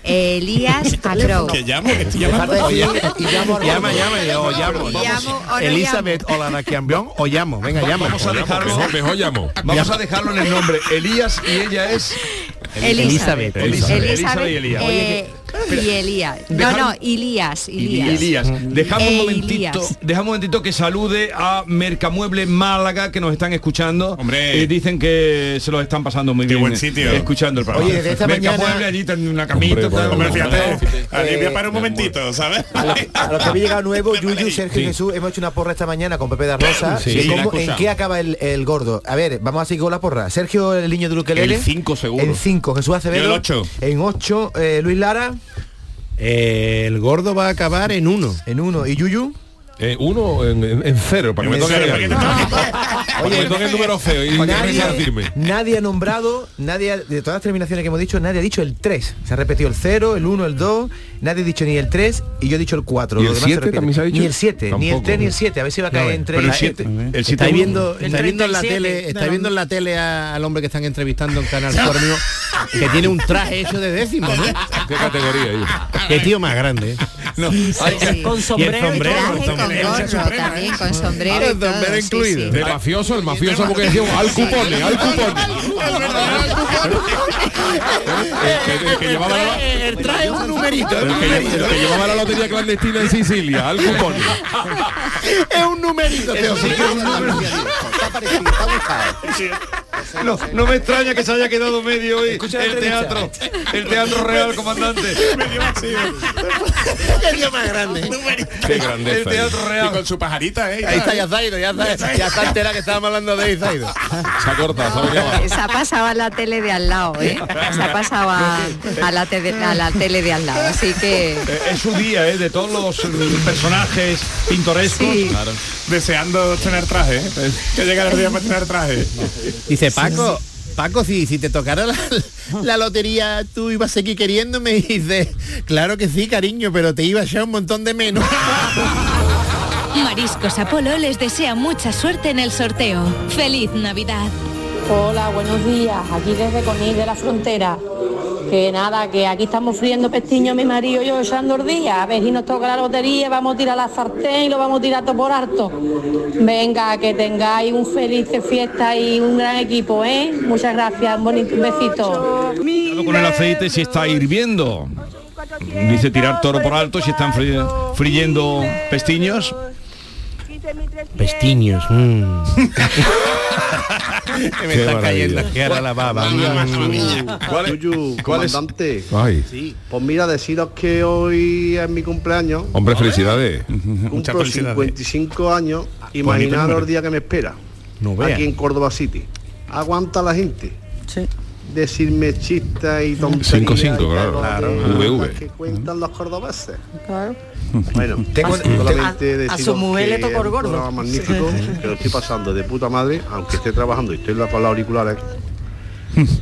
[SPEAKER 10] eh, o Elías Acro.
[SPEAKER 17] Que llamo, que estoy
[SPEAKER 11] Llama,
[SPEAKER 17] llamando.
[SPEAKER 11] llama,
[SPEAKER 18] o llamo.
[SPEAKER 10] o no
[SPEAKER 11] Elizabeth
[SPEAKER 18] o la Nakiambión o llamo. Venga, llama.
[SPEAKER 2] Vamos a dejarlo.
[SPEAKER 6] Mejor, mejor llamo.
[SPEAKER 2] Vamos a dejarlo en el nombre. Elías y ella es.
[SPEAKER 10] Elizabeth.
[SPEAKER 2] Elizabeth.
[SPEAKER 10] Elizabeth
[SPEAKER 2] y Elías.
[SPEAKER 10] eh, y Elías. No, no, Elías, Elías.
[SPEAKER 2] Elías.
[SPEAKER 11] Mm.
[SPEAKER 2] Dejamos
[SPEAKER 11] E
[SPEAKER 10] Eh,
[SPEAKER 2] un momentito,
[SPEAKER 10] Elías.
[SPEAKER 2] dejamos un momentito que salude a Mercamueble Málaga que nos están escuchando. Hombre, dicen que se los están pasando muy bien.
[SPEAKER 17] buen sitio.
[SPEAKER 2] Escuchando el programa.
[SPEAKER 17] Oye, desde esta
[SPEAKER 2] Mercamueble
[SPEAKER 17] mañana-
[SPEAKER 2] allí en una camita. tal.
[SPEAKER 17] Hombre, fíjate, allí voy
[SPEAKER 11] Eh,
[SPEAKER 17] a parar un momentito, ¿sabes?
[SPEAKER 11] A
[SPEAKER 2] Ah,
[SPEAKER 11] los que habéis llegado nuevo, Yuyu, Sergio y Jesús, hemos hecho una porra esta mañana con Pepe de Rosa.
[SPEAKER 6] Sí,
[SPEAKER 11] de
[SPEAKER 6] sí, la he
[SPEAKER 11] cómo- ¿En
[SPEAKER 6] escuchado.
[SPEAKER 11] qué acaba el, el gordo? A ver, vamos a seguir con la porra. Sergio, el niño de Luquelele.
[SPEAKER 6] En cinco seguro.
[SPEAKER 11] En 5, Jesús Acevedo.
[SPEAKER 6] Yo el ocho.
[SPEAKER 11] En 8, Luis Lara.
[SPEAKER 18] Eh, el gordo va a acabar en uno.
[SPEAKER 11] En uno. ¿Y Yuyu?
[SPEAKER 6] Eh, uno en, en- en cero, para que me
[SPEAKER 18] En
[SPEAKER 6] toque
[SPEAKER 18] cero,
[SPEAKER 6] algo. Para que me toque el número feo y que me
[SPEAKER 11] Nadie,
[SPEAKER 6] resarcirme.
[SPEAKER 11] nadie ha nombrado, nadie ha- de todas las terminaciones que hemos dicho, nadie ha dicho el 3. Se ha repetido el 0, el 1, el 2, nadie ha dicho ni el 3 y yo he dicho el 4.
[SPEAKER 6] ¿Y el siete también se ha dicho?
[SPEAKER 11] Ni el 7, ni el
[SPEAKER 6] Tampoco.
[SPEAKER 11] 3 ni el 7, a ver si va a caer
[SPEAKER 6] No,
[SPEAKER 11] entre
[SPEAKER 6] pero el
[SPEAKER 11] la-
[SPEAKER 6] siete, el siete
[SPEAKER 11] Estáis
[SPEAKER 6] uno.
[SPEAKER 11] viendo,
[SPEAKER 18] El
[SPEAKER 11] estáis viendo en la
[SPEAKER 18] 37
[SPEAKER 11] tele,
[SPEAKER 18] de
[SPEAKER 11] estáis viendo en la
[SPEAKER 18] tele a- al hombre que están entrevistando en Canal Sur (laughs) mismo, que tiene un traje hecho de décimo, ¿no?
[SPEAKER 6] ¿Qué categoría?
[SPEAKER 18] Qué tío más
[SPEAKER 11] ¿eh?
[SPEAKER 18] grande.
[SPEAKER 6] No.
[SPEAKER 18] Con sombrero.
[SPEAKER 10] Traje con gorro también, con sombrero y todo, sí, sí.
[SPEAKER 6] De mafioso, el mafioso porque decía, al cupón, (laughs) al cupón. El que- el que llevaba la-
[SPEAKER 18] trae un numerito.
[SPEAKER 6] el que lle- el que llevaba la lotería clandestina en Sicilia, al cupón.
[SPEAKER 18] (laughs) Es un numerito,
[SPEAKER 11] Eso sí que es un número.
[SPEAKER 2] No, no me extraña que se haya quedado medio hoy
[SPEAKER 11] la
[SPEAKER 2] el
[SPEAKER 11] entrevista.
[SPEAKER 2] teatro, el teatro real, comandante.
[SPEAKER 11] Qué tío más grande.
[SPEAKER 6] Qué grandeza.
[SPEAKER 17] El teatro real. con su pajarita, ¿eh?
[SPEAKER 11] Ahí está Yazaido, ya está, ya está entera que estábamos hablando de Yazaido.
[SPEAKER 6] Se ha cortado, se ha venido abajo.
[SPEAKER 10] Se ha pasado a la tele de al lado, ¿eh? Se ha pasado a, a la, tele, a la tele de al lado, así que...
[SPEAKER 2] Eh, Es su día, ¿eh? De todos los
[SPEAKER 17] mm,
[SPEAKER 2] eh, personajes pintorescos.
[SPEAKER 17] Deseando tener traje, ¿eh? Que llegue el día para tener traje.
[SPEAKER 18] Dice Paco, Paco, si, si te tocara la, la lotería, tú ibas a seguir queriéndome y dice, claro que sí, cariño, pero te iba ya un montón
[SPEAKER 6] (laughs)
[SPEAKER 18] de menos.
[SPEAKER 5] Mariscos Apolo les desea mucha suerte en el sorteo. ¡Feliz Navidad!
[SPEAKER 33] Hola, buenos días. Aquí desde Conil de la Frontera. Que nada, que aquí estamos friendo pestiño mi marido y yo echando ordillas. A ver si nos toca la lotería, vamos a tirar la sartén y lo vamos a tirar todo por harto. Venga, que tengáis un feliz fiesta y un gran equipo, ¿eh? Muchas gracias, un bonito un besito.
[SPEAKER 2] Cuidado con el aceite si está hirviendo. Dice tirar toro por alto si están fri- friendo (laughs) pestiños.
[SPEAKER 11] Pestiños. mm.
[SPEAKER 22] me está cayendo aquí ahora la baba.
[SPEAKER 18] Yuyu, comandante.
[SPEAKER 6] Ay.
[SPEAKER 18] Sí. Pues mira, deciros que hoy es mi cumpleaños.
[SPEAKER 6] Hombre, felicidades.
[SPEAKER 18] Cumplo 55 años.
[SPEAKER 6] Bonito
[SPEAKER 18] Imaginad
[SPEAKER 6] número.
[SPEAKER 18] los días que me espera.
[SPEAKER 6] No vea.
[SPEAKER 18] aquí en Córdoba City. Aguanta la gente. Decirme chistes y tonterías.
[SPEAKER 6] 5-5,
[SPEAKER 18] y
[SPEAKER 6] claro.
[SPEAKER 18] cosas
[SPEAKER 6] Claro.
[SPEAKER 18] que-
[SPEAKER 6] VV.
[SPEAKER 18] que cuentan los cordobeses.
[SPEAKER 11] Bueno,
[SPEAKER 18] Tengo
[SPEAKER 11] a- tengo-
[SPEAKER 18] solamente
[SPEAKER 11] a- a
[SPEAKER 18] deciros
[SPEAKER 11] su mujer le
[SPEAKER 18] que
[SPEAKER 11] tocó
[SPEAKER 18] es
[SPEAKER 11] el
[SPEAKER 18] un
[SPEAKER 11] gordo.
[SPEAKER 18] programa magnífico,
[SPEAKER 11] Sí.
[SPEAKER 18] que lo estoy pasando de puta madre, aunque esté trabajando y estoy con los auriculares.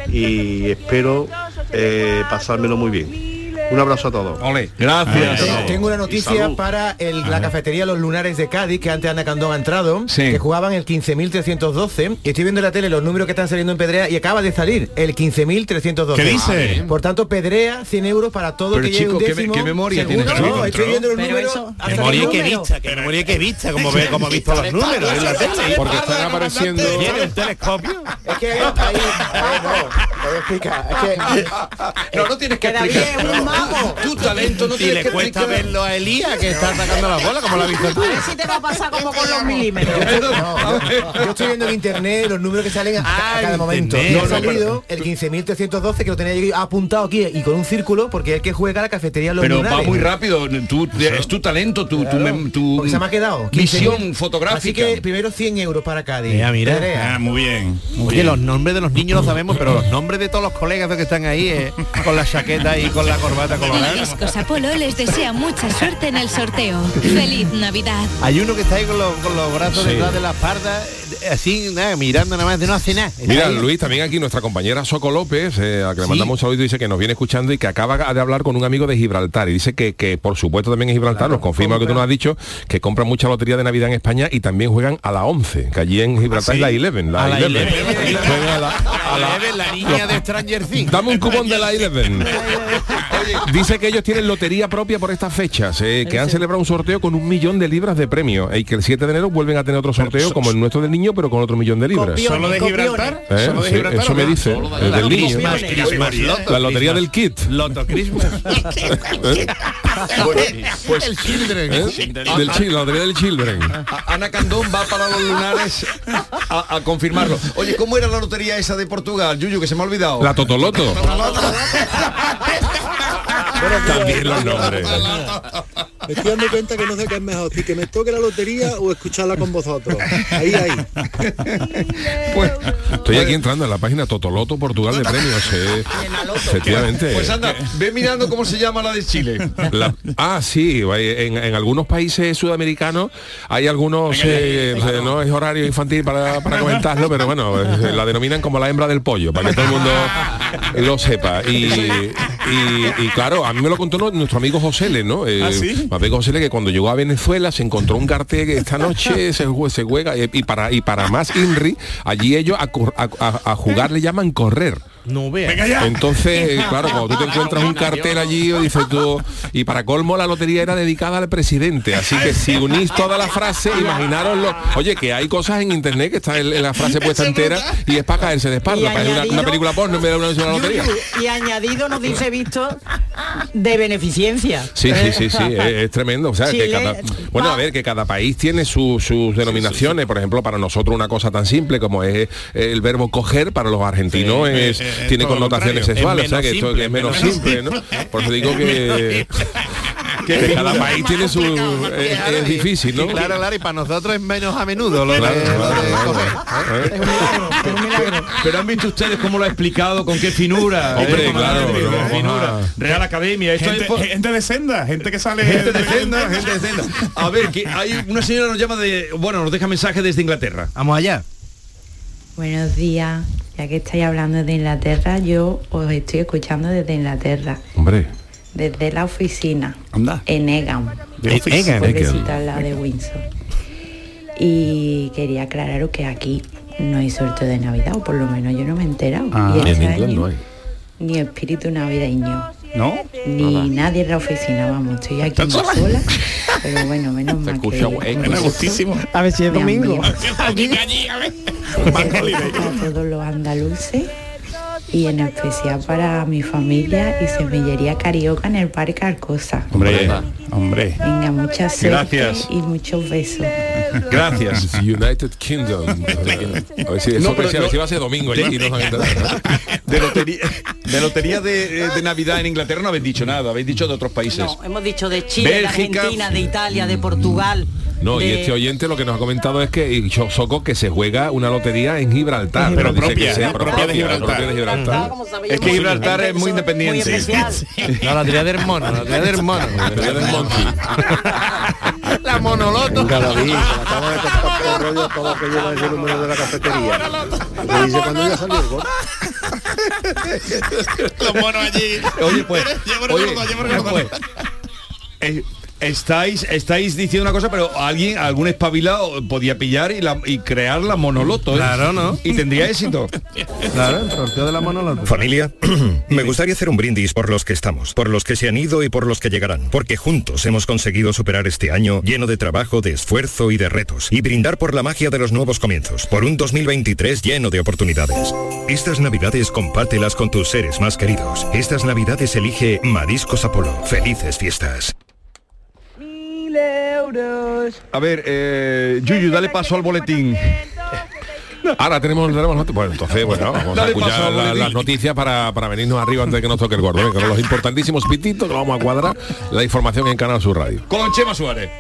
[SPEAKER 18] y espero eh, pasármelo muy bien. Un abrazo a todos.
[SPEAKER 2] Gracias.
[SPEAKER 11] Tengo- Tengo una noticia para el- la cafetería Los Lunares de Cádiz, que antes Ana Candón ha entrado, que jugaban el 15.312. Y estoy viendo en la tele los números que están saliendo en Pedrea y acaba de salir el 15.312.
[SPEAKER 2] ¿Qué dice?
[SPEAKER 11] Ah, Por tanto, Pedrea 100 euros para todo
[SPEAKER 2] Pero,
[SPEAKER 11] que llegue
[SPEAKER 2] chico,
[SPEAKER 11] un
[SPEAKER 2] ¿qué me-
[SPEAKER 11] décimo.
[SPEAKER 2] qué memoria
[SPEAKER 11] seguro.
[SPEAKER 2] tienes tú?
[SPEAKER 11] No, estoy viendo los
[SPEAKER 2] Pero
[SPEAKER 11] números.
[SPEAKER 2] eso-
[SPEAKER 11] hasta
[SPEAKER 22] Memoria
[SPEAKER 11] qué
[SPEAKER 22] que
[SPEAKER 11] número.
[SPEAKER 22] vista, que memoria que vista, como ve, como ha visto los números en la tele.
[SPEAKER 6] Porque están apareciendo.
[SPEAKER 11] ¿Tiene
[SPEAKER 22] un telescopio?
[SPEAKER 11] Es que ahí, ahí- ahí no, lo voy a explicar. Es que, no, no tienes que explicar.
[SPEAKER 22] Tu talento
[SPEAKER 11] no
[SPEAKER 22] Y
[SPEAKER 11] tienes
[SPEAKER 22] le
[SPEAKER 11] que
[SPEAKER 22] cuesta
[SPEAKER 11] explicar.
[SPEAKER 22] verlo a Elías, que está sacando la bola, como lo ha visto tú.
[SPEAKER 16] A ver si te va a pasar como con
[SPEAKER 11] (laughs)
[SPEAKER 16] los milímetros.
[SPEAKER 11] Yo estoy viendo en internet los números que salen a,
[SPEAKER 2] Ah,
[SPEAKER 11] a cada momento.
[SPEAKER 22] internet.
[SPEAKER 11] Y ha
[SPEAKER 22] No, no,
[SPEAKER 11] salido el 15.312 que lo tenía yo apuntado aquí eh, y con un círculo porque es el que juega a la cafetería Los
[SPEAKER 2] Pero va
[SPEAKER 11] Lunares.
[SPEAKER 2] muy rápido, tú, es tu talento, tu, tu, mem- tu
[SPEAKER 11] Porque se me ha quedado.
[SPEAKER 2] visión
[SPEAKER 11] 15.000.
[SPEAKER 2] fotográfica.
[SPEAKER 11] Así que primero 100 euros para Cádiz.
[SPEAKER 22] Mira, mira.
[SPEAKER 11] Perea.
[SPEAKER 22] Ah, muy bien. Oye, los nombres de los niños los sabemos, pero los nombres de todos los colegas que están ahí, eh, con la chaqueta y con la corbata colorada.
[SPEAKER 5] Mariscos Apolo les desea mucha suerte en el sorteo. ¡Feliz Navidad!
[SPEAKER 22] Hay uno que está ahí con los, con los brazos
[SPEAKER 6] Sí.
[SPEAKER 22] detrás de la espalda, eh, así, nada, mirando nada más, de no hace nada. Está
[SPEAKER 6] Mira,
[SPEAKER 22] ahí.
[SPEAKER 6] Luis, también aquí nuestra compañera Soco López, eh, a la que le mandamos un saludo, dice que nos viene escuchando y que acaba de hablar con un amigo de Gibraltar. Y dice que, que por supuesto también en Gibraltar, nos confirma lo que tú nos has dicho, que compran mucha lotería de Navidad en España y también juegan a la 11, que allí en
[SPEAKER 22] ¿Ah,
[SPEAKER 6] Gibraltar
[SPEAKER 22] sí?
[SPEAKER 6] es la 11. La
[SPEAKER 22] A la
[SPEAKER 6] 11.
[SPEAKER 22] 11.
[SPEAKER 6] Juegan a la- a la-
[SPEAKER 22] Eleven, la niña de Stranger Things.
[SPEAKER 6] (laughs) Dame un cupón de la 11. Dice que ellos tienen lotería propia por estas fechas, eh, que han celebrado un sorteo con un millón de libras de premio eh, y que el 7 de enero vuelven a tener otro sorteo como el nuestro del niño, pero con otro millón de libras.
[SPEAKER 17] ¿Solo de Gibraltar?
[SPEAKER 6] Eh,
[SPEAKER 17] ¿Solo de
[SPEAKER 6] sí,
[SPEAKER 17] Gibraltar?
[SPEAKER 6] eso
[SPEAKER 17] o
[SPEAKER 6] me
[SPEAKER 17] no?
[SPEAKER 6] dice
[SPEAKER 17] Solo de
[SPEAKER 6] el del niño.
[SPEAKER 17] Christmas, Christmas, Loto,
[SPEAKER 6] la lotería del kit.
[SPEAKER 22] Loto
[SPEAKER 2] (laughs)
[SPEAKER 22] Christmas.
[SPEAKER 6] ¿Eh?
[SPEAKER 2] pues-
[SPEAKER 22] el children.
[SPEAKER 6] ¿Eh? Del chi- la lotería del children.
[SPEAKER 2] A- Ana Candón va para los lunares a, a confirmarlo. Oye, ¿cómo era la lotería esa de Portugal, Yuyu, que se me ha olvidado?
[SPEAKER 6] La Totoloto.
[SPEAKER 2] (laughs)
[SPEAKER 6] También los nombres.
[SPEAKER 13] Me estoy dando cuenta que no sé qué es mejor, si que me toque la lotería o escucharla con vosotros. Ahí, ahí.
[SPEAKER 6] Estoy aquí entrando en la página Totoloto Portugal de premios. eh. Efectivamente. eh,
[SPEAKER 2] Pues anda, ve mirando cómo se llama la de Chile.
[SPEAKER 6] La- ah, sí, en, en algunos países sudamericanos hay algunos, eh, eh, no es horario infantil para, para comentarlo, pero bueno, eh, la denominan como la hembra del pollo, para que todo el mundo lo sepa. Y, y- y claro, a mí me lo contó no- nuestro amigo José Le, ¿no? Eh,
[SPEAKER 10] ¿Ah, sí?
[SPEAKER 6] mi amigo José Le, que cuando llegó a Venezuela se encontró un cartel que esta noche se, jue- se juega eh, y para, y para más INRI, allí ellos a, cor- a- a- a jugar le llaman correr.
[SPEAKER 22] No vea.
[SPEAKER 6] Entonces, claro, cuando tú te encuentras un cartel allí, dices tú, y para colmo la lotería era dedicada al presidente. Así que si unís toda la frase, imaginaros lo. Oye, que hay cosas en internet que está el- la frase puesta entera y es para caerse de espalda.
[SPEAKER 16] Y
[SPEAKER 6] Parece una,
[SPEAKER 16] añadido-
[SPEAKER 6] una película porno en vez de una, una lotería.
[SPEAKER 16] Y añadido nos dice visto de beneficencia.
[SPEAKER 6] Sí, sí,
[SPEAKER 22] (laughs)
[SPEAKER 6] sí, sí, es, es tremendo. O sea, que
[SPEAKER 16] Chile,
[SPEAKER 6] cada- bueno, a ver, que cada país tiene su- sus denominaciones. Por ejemplo, para nosotros una cosa tan simple como es eh, el verbo coger, para los argentinos
[SPEAKER 22] Sí,
[SPEAKER 6] es,
[SPEAKER 22] eh, eh,
[SPEAKER 6] tiene
[SPEAKER 22] todo lo
[SPEAKER 6] connotaciones
[SPEAKER 22] contrario.
[SPEAKER 6] sexuales.
[SPEAKER 22] Es
[SPEAKER 6] o sea, que esto
[SPEAKER 22] menos
[SPEAKER 6] que es menos,
[SPEAKER 22] simple,
[SPEAKER 6] simple,
[SPEAKER 22] menos
[SPEAKER 6] ¿no? Por eso digo
[SPEAKER 22] (laughs)
[SPEAKER 6] que, que
[SPEAKER 22] simple.
[SPEAKER 6] cada país tiene su... eh, Es, es difícil, ¿no?
[SPEAKER 22] Sí, claro, claro, y para nosotros es menos a menudo lo de-
[SPEAKER 6] Claro,
[SPEAKER 22] lo de
[SPEAKER 6] claro,
[SPEAKER 22] coger.
[SPEAKER 6] claro. ¿Eh?
[SPEAKER 2] Pero han visto ustedes cómo lo ha explicado, con qué finura.
[SPEAKER 6] (laughs) Hombre,
[SPEAKER 2] ¿eh? Con
[SPEAKER 6] claro,
[SPEAKER 2] qué
[SPEAKER 6] pero vamos
[SPEAKER 2] finura.
[SPEAKER 6] a-
[SPEAKER 2] Real Academia. ¿eh? Esto
[SPEAKER 17] gente,
[SPEAKER 2] es por-
[SPEAKER 17] gente de senda, gente que sale
[SPEAKER 2] Gente de senda, gente de senda. A ver, que hay una señora nos llama de. Bueno, nos deja mensaje desde Inglaterra.
[SPEAKER 22] Vamos allá.
[SPEAKER 14] Buenos días, ya que estáis hablando de Inglaterra, yo os estoy escuchando desde Inglaterra,
[SPEAKER 6] Hombre.
[SPEAKER 14] desde la oficina,
[SPEAKER 6] Anda.
[SPEAKER 14] en Egham,
[SPEAKER 6] De oficina.
[SPEAKER 14] pueblecito al lado de Windsor. Y quería aclararos que aquí no hay sorteo de Navidad, o por lo menos yo no me he enterado.
[SPEAKER 6] Ah,
[SPEAKER 14] Y
[SPEAKER 6] en
[SPEAKER 14] este
[SPEAKER 6] England
[SPEAKER 14] año,
[SPEAKER 6] no hay.
[SPEAKER 14] Ni espíritu navideño.
[SPEAKER 30] ¿No?
[SPEAKER 14] Ni nadie en la oficina, vamos, estoy aquí yo
[SPEAKER 30] sola?
[SPEAKER 14] sola. Pero bueno, menos mal que...
[SPEAKER 30] Es gustísimo.
[SPEAKER 34] A ver si es
[SPEAKER 14] Me han
[SPEAKER 34] domingo.
[SPEAKER 14] visto.
[SPEAKER 30] Manoli.
[SPEAKER 14] a todos los andaluces y en especial para mi familia y semillería carioca en el parque Arcosa.
[SPEAKER 30] Hombre, hombre.
[SPEAKER 14] Venga, muchas suerte
[SPEAKER 6] Gracias.
[SPEAKER 14] y muchos besos.
[SPEAKER 2] Gracias.
[SPEAKER 6] United
[SPEAKER 22] (laughs)
[SPEAKER 6] Kingdom. A ver si, eso
[SPEAKER 2] No, pero
[SPEAKER 6] parecía-
[SPEAKER 2] no-
[SPEAKER 6] si va a ser domingo allí y no se van a enterar.
[SPEAKER 2] (laughs) De lotería, de, lotería de, eh, de Navidad en Inglaterra no habéis dicho nada, habéis dicho de otros países.
[SPEAKER 16] No, hemos dicho de Chile,
[SPEAKER 2] Bélgica.
[SPEAKER 16] de Argentina, de Italia, de Portugal.
[SPEAKER 6] No, y
[SPEAKER 16] de-
[SPEAKER 6] este oyente lo que nos ha comentado es que y yo soco que se juega una lotería en Gibraltar.
[SPEAKER 2] Pero
[SPEAKER 6] Dice que
[SPEAKER 2] propia,
[SPEAKER 6] sea
[SPEAKER 2] ¿no? Propia de Gibraltar.
[SPEAKER 6] propia de Gibraltar.
[SPEAKER 2] Es que Gibraltar es muy independiente.
[SPEAKER 23] La lotería del mono, la lotería del mono. La
[SPEAKER 6] lotería del monkey.
[SPEAKER 23] La monoloto.
[SPEAKER 18] Acabo de comprar por rollo todo lo que lleva ese número de la cafetería. Me dice cuando ya salió el gol.
[SPEAKER 30] Los monos allí.
[SPEAKER 2] Oye, pues.
[SPEAKER 30] Llévalo,
[SPEAKER 2] oye,
[SPEAKER 30] llévalo, llévalo, llévalo.
[SPEAKER 2] pues, eh, Estáis, estáis diciendo una cosa, pero alguien, algún espabilado podía pillar y, la, y crear la monoloto, ¿eh?
[SPEAKER 33] Claro, ¿no?
[SPEAKER 2] Y tendría éxito.
[SPEAKER 33] Claro, el sorteo de la Familia, (clears throat) me gustaría hacer un brindis por los que estamos, por los que se han ido y por los que llegarán, porque juntos hemos conseguido superar este año lleno de trabajo, de esfuerzo y de retos, y brindar por la magia de los nuevos comienzos, por un 2023 lleno de oportunidades. Estas navidades compártelas con tus seres más queridos. Estas navidades elige Mariscos Apolo. Felices fiestas.
[SPEAKER 2] A ver, eh, Yuyu, dale paso al boletín.
[SPEAKER 6] Ahora tenemos, tenemos not- bueno, entonces, bueno, vamos a
[SPEAKER 2] Dale paso
[SPEAKER 6] escuchar
[SPEAKER 2] al
[SPEAKER 6] la-
[SPEAKER 2] boletín.
[SPEAKER 6] las noticias para, para venirnos arriba antes de que nos toque el gordo. Venga, con los importantísimos pititos que vamos a cuadrar la información en Canal Sur Radio.
[SPEAKER 2] Con Chema Suárez.